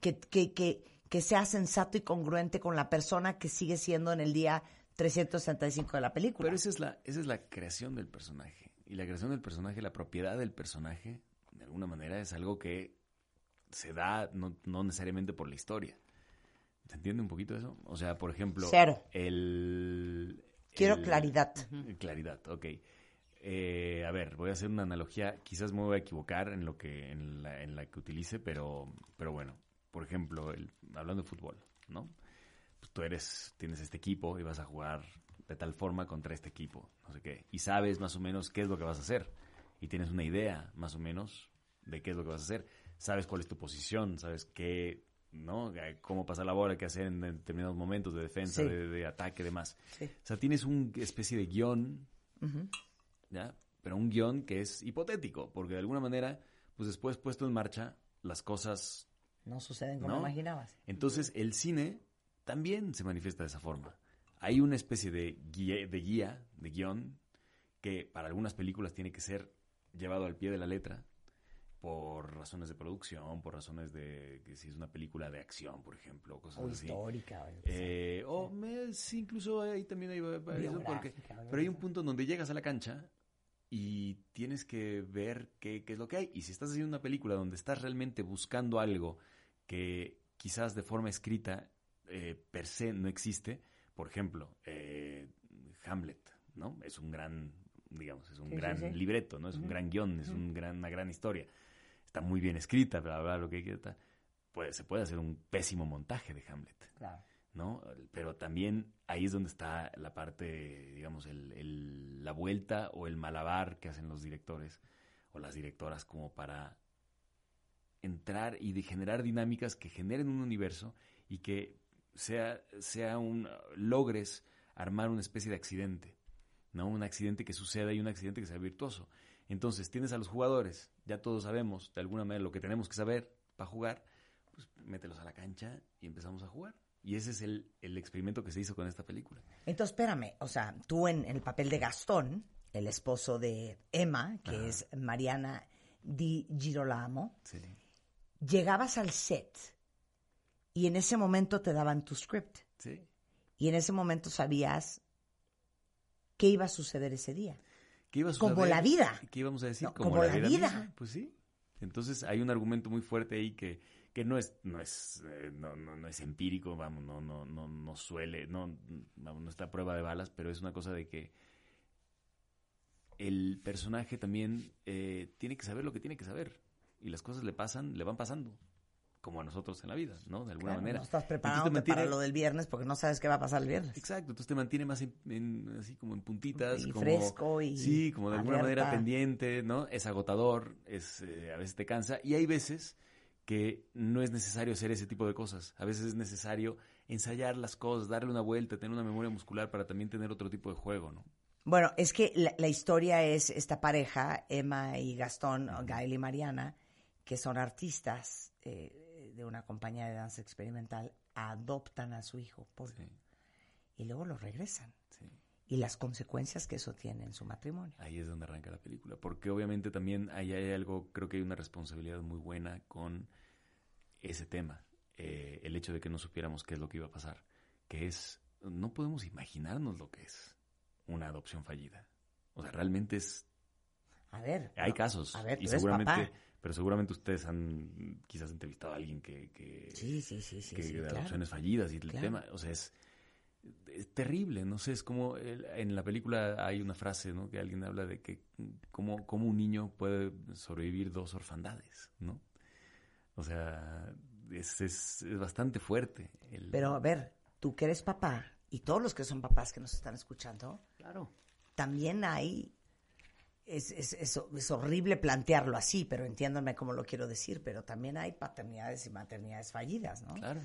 Speaker 3: que, que, que, que sea sensato y congruente con la persona que sigue siendo en el día 365 de la película.
Speaker 5: Pero esa es la, esa es la creación del personaje. Y la creación del personaje, la propiedad del personaje, de alguna manera, es algo que se da no, no necesariamente por la historia. ¿Se entiende un poquito eso? O sea, por ejemplo,
Speaker 3: Cero.
Speaker 5: el
Speaker 3: Quiero
Speaker 5: el-
Speaker 3: claridad.
Speaker 5: Claridad, ok. Eh, a ver, voy a hacer una analogía. Quizás me voy a equivocar en lo que en la, en la que utilice, pero, pero bueno. Por ejemplo, el- hablando de fútbol, ¿no? Pues tú eres, tienes este equipo y vas a jugar de tal forma contra este equipo, no sé qué. Y sabes más o menos qué es lo que vas a hacer. Y tienes una idea, más o menos, de qué es lo que vas a hacer. Sabes cuál es tu posición, sabes qué, ¿no? Cómo pasar la bola, qué hacer en determinados momentos de defensa,
Speaker 3: Sí.
Speaker 5: de, de ataque, demás.
Speaker 3: Sí.
Speaker 5: O sea, tienes una especie de guión, ¿ya? Pero un guión que es hipotético, porque de alguna manera, pues después puesto en marcha, las cosas
Speaker 3: No suceden como
Speaker 5: ¿no?
Speaker 3: imaginabas.
Speaker 5: Entonces, el cine también se manifiesta de esa forma. Hay una especie de guía, de, guía, de guión, que para algunas películas tiene que ser llevado al pie de la letra por razones de producción, por razones de que si es una película de acción, por ejemplo, cosas
Speaker 3: O
Speaker 5: así.
Speaker 3: histórica. o yo qué sé.
Speaker 5: Eh, o me- sí, incluso ahí también hay eso porque-
Speaker 3: Biográfica,
Speaker 5: pero hay un punto en donde llegas a la cancha y tienes que ver qué, qué es lo que hay. Y si estás haciendo una película donde estás realmente buscando algo que quizás de forma escrita eh, per se no existe, por ejemplo, eh, Hamlet, ¿no? Es un gran, digamos, es un
Speaker 3: Sí, sí,
Speaker 5: gran
Speaker 3: sí.
Speaker 5: libreto, ¿no? Es un gran guión, es un gran, una gran historia. Está muy bien escrita, bla, bla, lo que quiera. Puede, se puede hacer un pésimo montaje de Hamlet.
Speaker 3: Claro.
Speaker 5: ¿no? Pero también ahí es donde está la parte, digamos, el, el- la vuelta o el malabar que hacen los directores o las directoras como para entrar y de generar dinámicas que generen un universo y que sea, sea un, logres armar una especie de accidente, ¿no? Un accidente que suceda y un accidente que sea virtuoso. Entonces tienes a los jugadores, ya todos sabemos de alguna manera lo que tenemos que saber para jugar, pues mételos a la cancha y empezamos a jugar. Y ese es el, el experimento que se hizo con esta película.
Speaker 3: Entonces, espérame, o sea, tú en el papel de Gastón, el esposo de Emma, que es Mariana Di Girolamo,
Speaker 5: Sí.
Speaker 3: llegabas al set y en ese momento te daban tu script
Speaker 5: Sí.
Speaker 3: y en ese momento sabías qué iba a suceder ese día.
Speaker 5: ¿Qué ibas a
Speaker 3: Como
Speaker 5: saber?
Speaker 3: la vida.
Speaker 5: ¿Qué íbamos a decir?
Speaker 3: No, como la vida.
Speaker 5: misma. Pues sí. Entonces hay un argumento muy fuerte ahí que, que no es, no es, eh, no, no, no es empírico, vamos, no, no, no, no suele, no, vamos, no está a prueba de balas, pero es una cosa de que el personaje también eh, tiene que saber lo que tiene que saber. Y las cosas le pasan, le van pasando. Como a nosotros en la vida, ¿no? De alguna
Speaker 3: Claro,
Speaker 5: manera.
Speaker 3: No estás
Speaker 5: Entonces,
Speaker 3: preparado
Speaker 5: te mantiene-
Speaker 3: para lo del viernes porque no sabes qué va a pasar el viernes.
Speaker 5: Exacto, entonces te mantiene más en- en- así como en puntitas.
Speaker 3: Y
Speaker 5: como,
Speaker 3: fresco y
Speaker 5: Sí, como de alguna manera
Speaker 3: alerta.
Speaker 5: pendiente, ¿no? Es agotador, es eh, a veces te cansa. Y hay veces que no es necesario hacer ese tipo de cosas. A veces es necesario ensayar las cosas, darle una vuelta, tener una memoria muscular para también tener otro tipo de juego, ¿no?
Speaker 3: Bueno, es que la, la historia es esta pareja, Emma y Gastón, o Gael y Mariana, que son artistas eh, de una compañía de danza experimental, adoptan a su hijo Paul,
Speaker 5: Sí,
Speaker 3: y luego lo regresan.
Speaker 5: sí.
Speaker 3: Y las consecuencias que eso tiene en su matrimonio.
Speaker 5: Ahí es donde arranca la película, porque obviamente también ahí hay algo, creo que hay una responsabilidad muy buena con ese tema, eh, el hecho de que no supiéramos qué es lo que iba a pasar, que es, no podemos imaginarnos lo que es una adopción fallida. O sea, realmente es,
Speaker 3: A ver.
Speaker 5: hay
Speaker 3: no,
Speaker 5: casos,
Speaker 3: A ver,
Speaker 5: y
Speaker 3: tú eres papá.
Speaker 5: seguramente, pero seguramente ustedes han quizás entrevistado a alguien que, que,
Speaker 3: Sí, sí, sí, sí.
Speaker 5: que
Speaker 3: sí,
Speaker 5: de
Speaker 3: claro.
Speaker 5: adopciones fallidas y el
Speaker 3: Claro.
Speaker 5: tema, o sea, es, es terrible, no sé, es como el- en la película hay una frase, ¿no? Que alguien habla de que mm, cómo, cómo un niño puede sobrevivir dos orfandades, ¿no? O sea, es, es- es bastante fuerte. el-
Speaker 3: Pero a ver, tú que eres papá y todos los que son papás que nos están escuchando,
Speaker 4: Claro.
Speaker 3: también hay. Es, es, es, es horrible plantearlo así, pero entiéndanme cómo lo quiero decir, pero también hay paternidades y maternidades fallidas, ¿no?
Speaker 5: Claro.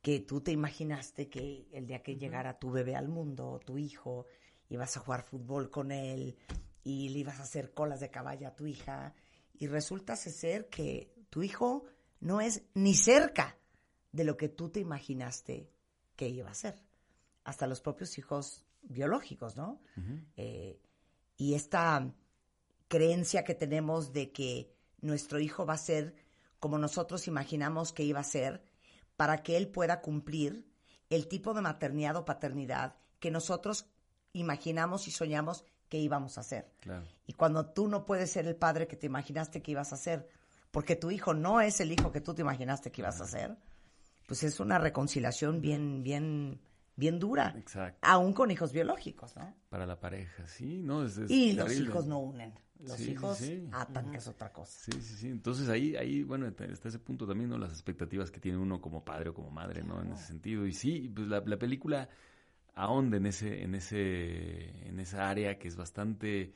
Speaker 3: Que tú te imaginaste que el día que llegara tu bebé al mundo, tu hijo, ibas a jugar fútbol con él y le ibas a hacer colas de caballo a tu hija, y resulta ser que tu hijo no es ni cerca de lo que tú te imaginaste que iba a ser. Hasta los propios hijos biológicos, ¿no? Eh, y esta creencia que tenemos de que nuestro hijo va a ser como nosotros imaginamos que iba a ser para que él pueda cumplir el tipo de maternidad o paternidad que nosotros imaginamos y soñamos que íbamos a hacer.
Speaker 5: Claro.
Speaker 3: Y cuando tú no puedes ser el padre que te imaginaste que ibas a ser, porque tu hijo no es el hijo que tú te imaginaste que ibas a ser, pues es una reconciliación bien, bien, bien dura.
Speaker 5: Exacto.
Speaker 3: Aún con hijos biológicos, ¿no?
Speaker 5: Para la pareja, sí, ¿no? Es, es
Speaker 3: y los
Speaker 5: terrible.
Speaker 3: hijos no unen. Los
Speaker 5: Sí, sí,
Speaker 3: hijos
Speaker 5: sí.
Speaker 3: atan, que es otra cosa.
Speaker 5: Sí, sí, sí. Entonces ahí, ahí, bueno, te- está ese punto también, ¿no? Las expectativas que tiene uno como padre o como madre, ¿no? En ese sentido. Y sí, pues la, la película ahonda en ese, en ese, en esa área que es bastante,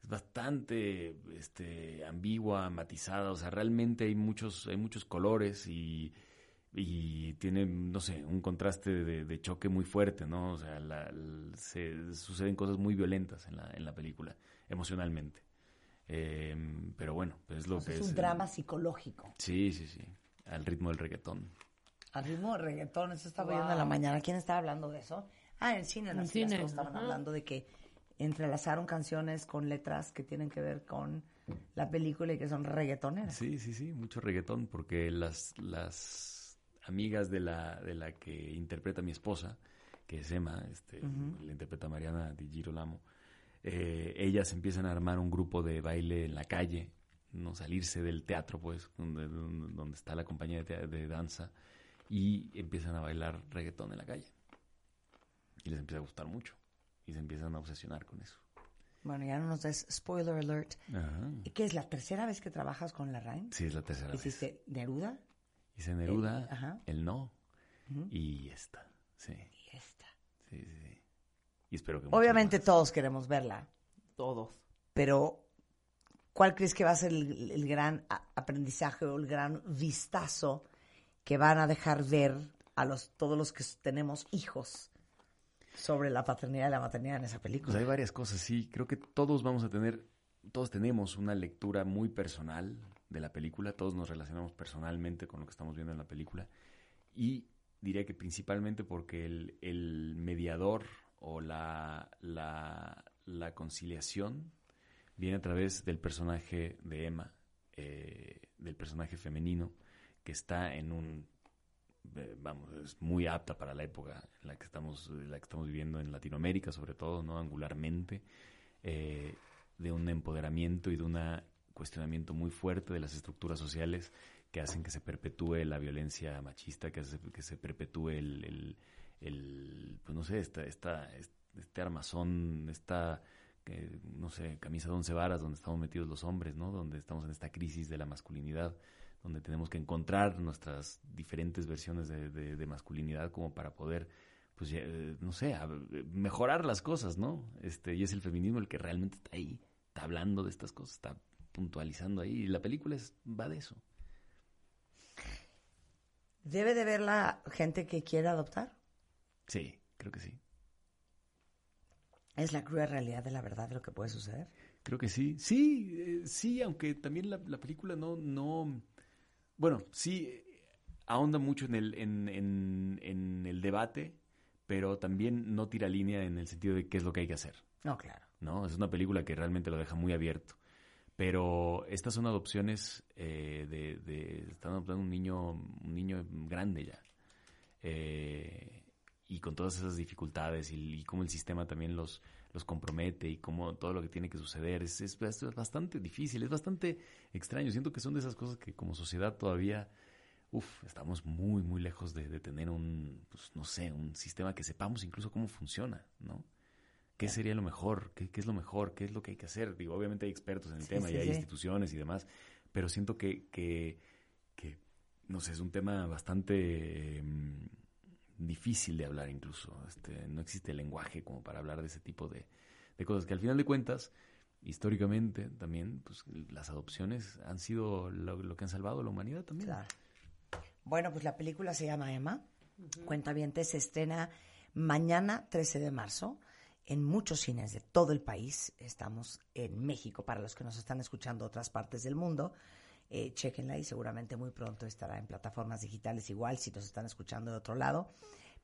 Speaker 5: es bastante, este, ambigua, matizada. O sea, realmente hay muchos, hay muchos colores y, y tiene, no sé, un contraste de, de choque muy fuerte, ¿no? O sea, la- l- se, suceden cosas muy violentas en la, en la película, emocionalmente. Eh, pero bueno, pues es lo
Speaker 3: O sea,
Speaker 5: que
Speaker 3: es
Speaker 5: es.
Speaker 3: un
Speaker 5: eh,
Speaker 3: drama psicológico.
Speaker 5: Sí, sí, sí. Al ritmo del reggaetón.
Speaker 3: Al ritmo de reggaetón, eso estaba oyendo en la mañana. ¿Quién estaba hablando de eso? Ah, en cine, en
Speaker 4: En
Speaker 3: las filas,
Speaker 4: cine,
Speaker 3: todos estaban
Speaker 4: ajá.
Speaker 3: hablando de que entrelazaron canciones con letras que tienen que ver con la película y que son reggaetoneras.
Speaker 5: Sí, sí, sí, mucho reggaetón, porque las, las amigas de la, de la que interpreta mi esposa, que es Emma, este, la interpreta Mariana Di Girolamo, eh, ellas empiezan a armar un grupo de baile en la calle, no salirse del teatro, pues, donde, donde donde está la compañía de, tea- de danza, y empiezan a bailar reggaetón en la calle. Y les empieza a gustar mucho, y se empiezan a obsesionar con eso.
Speaker 3: Bueno, ya no nos des spoiler alert.
Speaker 5: Ajá.
Speaker 3: ¿Qué es la tercera vez que trabajas con la RAIN?
Speaker 5: Sí, es la tercera vez.
Speaker 3: ¿Hiciste Neruda?
Speaker 5: Hice Neruda,
Speaker 3: El- ajá.
Speaker 5: el no y esta. Sí,
Speaker 3: Y esta.
Speaker 5: sí, sí, sí. Y espero que muchas
Speaker 3: Obviamente
Speaker 5: más.
Speaker 3: todos queremos verla,
Speaker 4: Todos.
Speaker 3: pero ¿cuál crees que va a ser el, el gran a- aprendizaje o el gran vistazo que van a dejar ver a los todos los que s- tenemos hijos sobre la paternidad y la maternidad en esa
Speaker 5: Pues
Speaker 3: película?
Speaker 5: hay varias cosas, sí. Creo que todos vamos a tener, todos tenemos una lectura muy personal de la película. Todos nos relacionamos personalmente con lo que estamos viendo en la película. Y diría que principalmente porque el, el mediador o la, la, la conciliación viene a través del personaje de Emma, eh, del personaje femenino, que está en un eh, vamos, es muy apta para la época en la que estamos, en la que estamos viviendo en Latinoamérica, sobre todo, ¿no? Angularmente, eh, de un empoderamiento y de un cuestionamiento muy fuerte de las estructuras sociales que hacen que se perpetúe la violencia machista, que, hace, que se perpetúe el, el- el, pues no sé, esta, esta, este armazón, esta, eh, no sé, camisa de once varas donde estamos metidos los hombres, ¿no? Donde estamos en esta crisis de la masculinidad donde tenemos que encontrar nuestras diferentes versiones de, de- de masculinidad como para poder, pues, ya, eh, no sé, a- mejorar las cosas, ¿no? Este, y es el feminismo el que realmente está ahí, está hablando de estas cosas, está puntualizando ahí. Y la película es, va de eso.
Speaker 3: ¿Debe de verla gente que quiera adoptar?
Speaker 5: Sí, creo que sí.
Speaker 3: Es la cruda realidad de la verdad de lo que puede suceder.
Speaker 5: Creo que sí. Sí, eh, sí, aunque también la, la película no, no. Bueno, sí eh, ahonda mucho en el, en, en- en el debate, pero también no tira línea en el sentido de qué es lo que hay que hacer.
Speaker 3: No, claro.
Speaker 5: ¿no? Es una película que realmente lo deja muy abierto. Pero estas son adopciones eh, de, de- Están adoptando un niño, un niño grande ya. Eh, y con todas esas dificultades y, y cómo el sistema también los, los compromete y cómo todo lo que tiene que suceder. Es, es- es bastante difícil, es bastante extraño. Siento que son de esas cosas que como sociedad todavía... Uf, estamos muy, muy lejos de, de tener un, pues, no sé, un sistema que sepamos incluso cómo funciona, ¿no?
Speaker 3: Ah.
Speaker 5: ¿Qué sería lo mejor? ¿Qué, qué es lo mejor? ¿Qué es lo que hay que hacer? Digo, obviamente hay expertos en el
Speaker 3: Sí,
Speaker 5: tema
Speaker 3: sí,
Speaker 5: y hay
Speaker 3: sí.
Speaker 5: instituciones y demás, pero siento que, que, que no sé, es un tema bastante eh, difícil de hablar incluso. Este, no existe lenguaje como para hablar de ese tipo de, de cosas que al final de cuentas, históricamente también, pues las adopciones han sido lo, lo que han salvado a la humanidad también.
Speaker 3: Claro. Bueno, pues la película se llama Emma. Cuenta bien, se estrena mañana 13 de marzo en muchos cines de todo el país. Estamos en México, para los que nos están escuchando de otras partes del mundo. Eh, chéquenla y seguramente muy pronto estará en plataformas digitales igual si nos están escuchando de otro lado.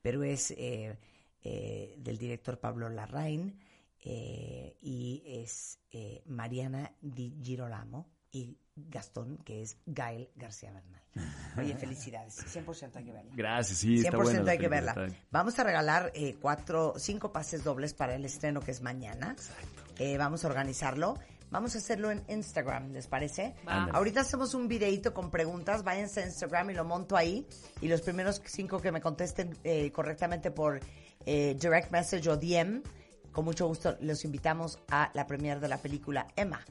Speaker 3: Pero es eh, eh, del director Pablo Larraín eh, y es eh, Mariana Di Girolamo y Gastón, que es Gael García Bernal. Oye, felicidades. 100% hay que verla.
Speaker 5: Gracias, sí, está
Speaker 3: 100%
Speaker 5: buena la
Speaker 3: hay que
Speaker 5: película,
Speaker 3: verla.
Speaker 5: está-
Speaker 3: Vamos a regalar eh, cuatro, cinco pases dobles para el estreno que es mañana. Eh, vamos a organizarlo. Vamos a hacerlo en Instagram, ¿les parece?
Speaker 4: Va. Ándale.
Speaker 3: Ahorita hacemos un videito con preguntas. Váyanse a Instagram y lo monto ahí. Y los primeros cinco que me contesten eh, correctamente por eh, direct message o DM, con mucho gusto los invitamos a la premier de la película Emma,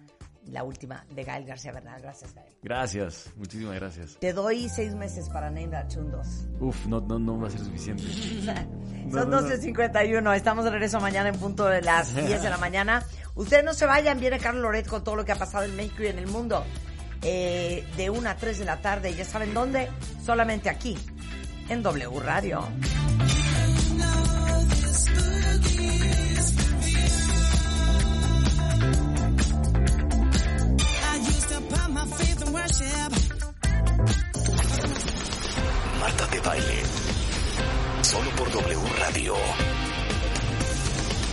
Speaker 3: la última de Gael García Bernal. Gracias, Gael.
Speaker 5: Gracias, muchísimas gracias.
Speaker 3: Te doy seis meses para Name That Tune 2.
Speaker 5: Uf, no, no, no va a ser suficiente.
Speaker 3: Son 12.51. Estamos de regreso mañana en punto de las 10 de la mañana. Ustedes no se vayan. Viene Carlos Loret con todo lo que ha pasado en México y en el mundo. Eh, de 1 a 3 de la tarde. ¿Ya saben dónde? Solamente aquí, en W Radio.
Speaker 1: Marta de Baile. Solo por W Radio.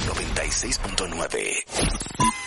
Speaker 1: 96.9.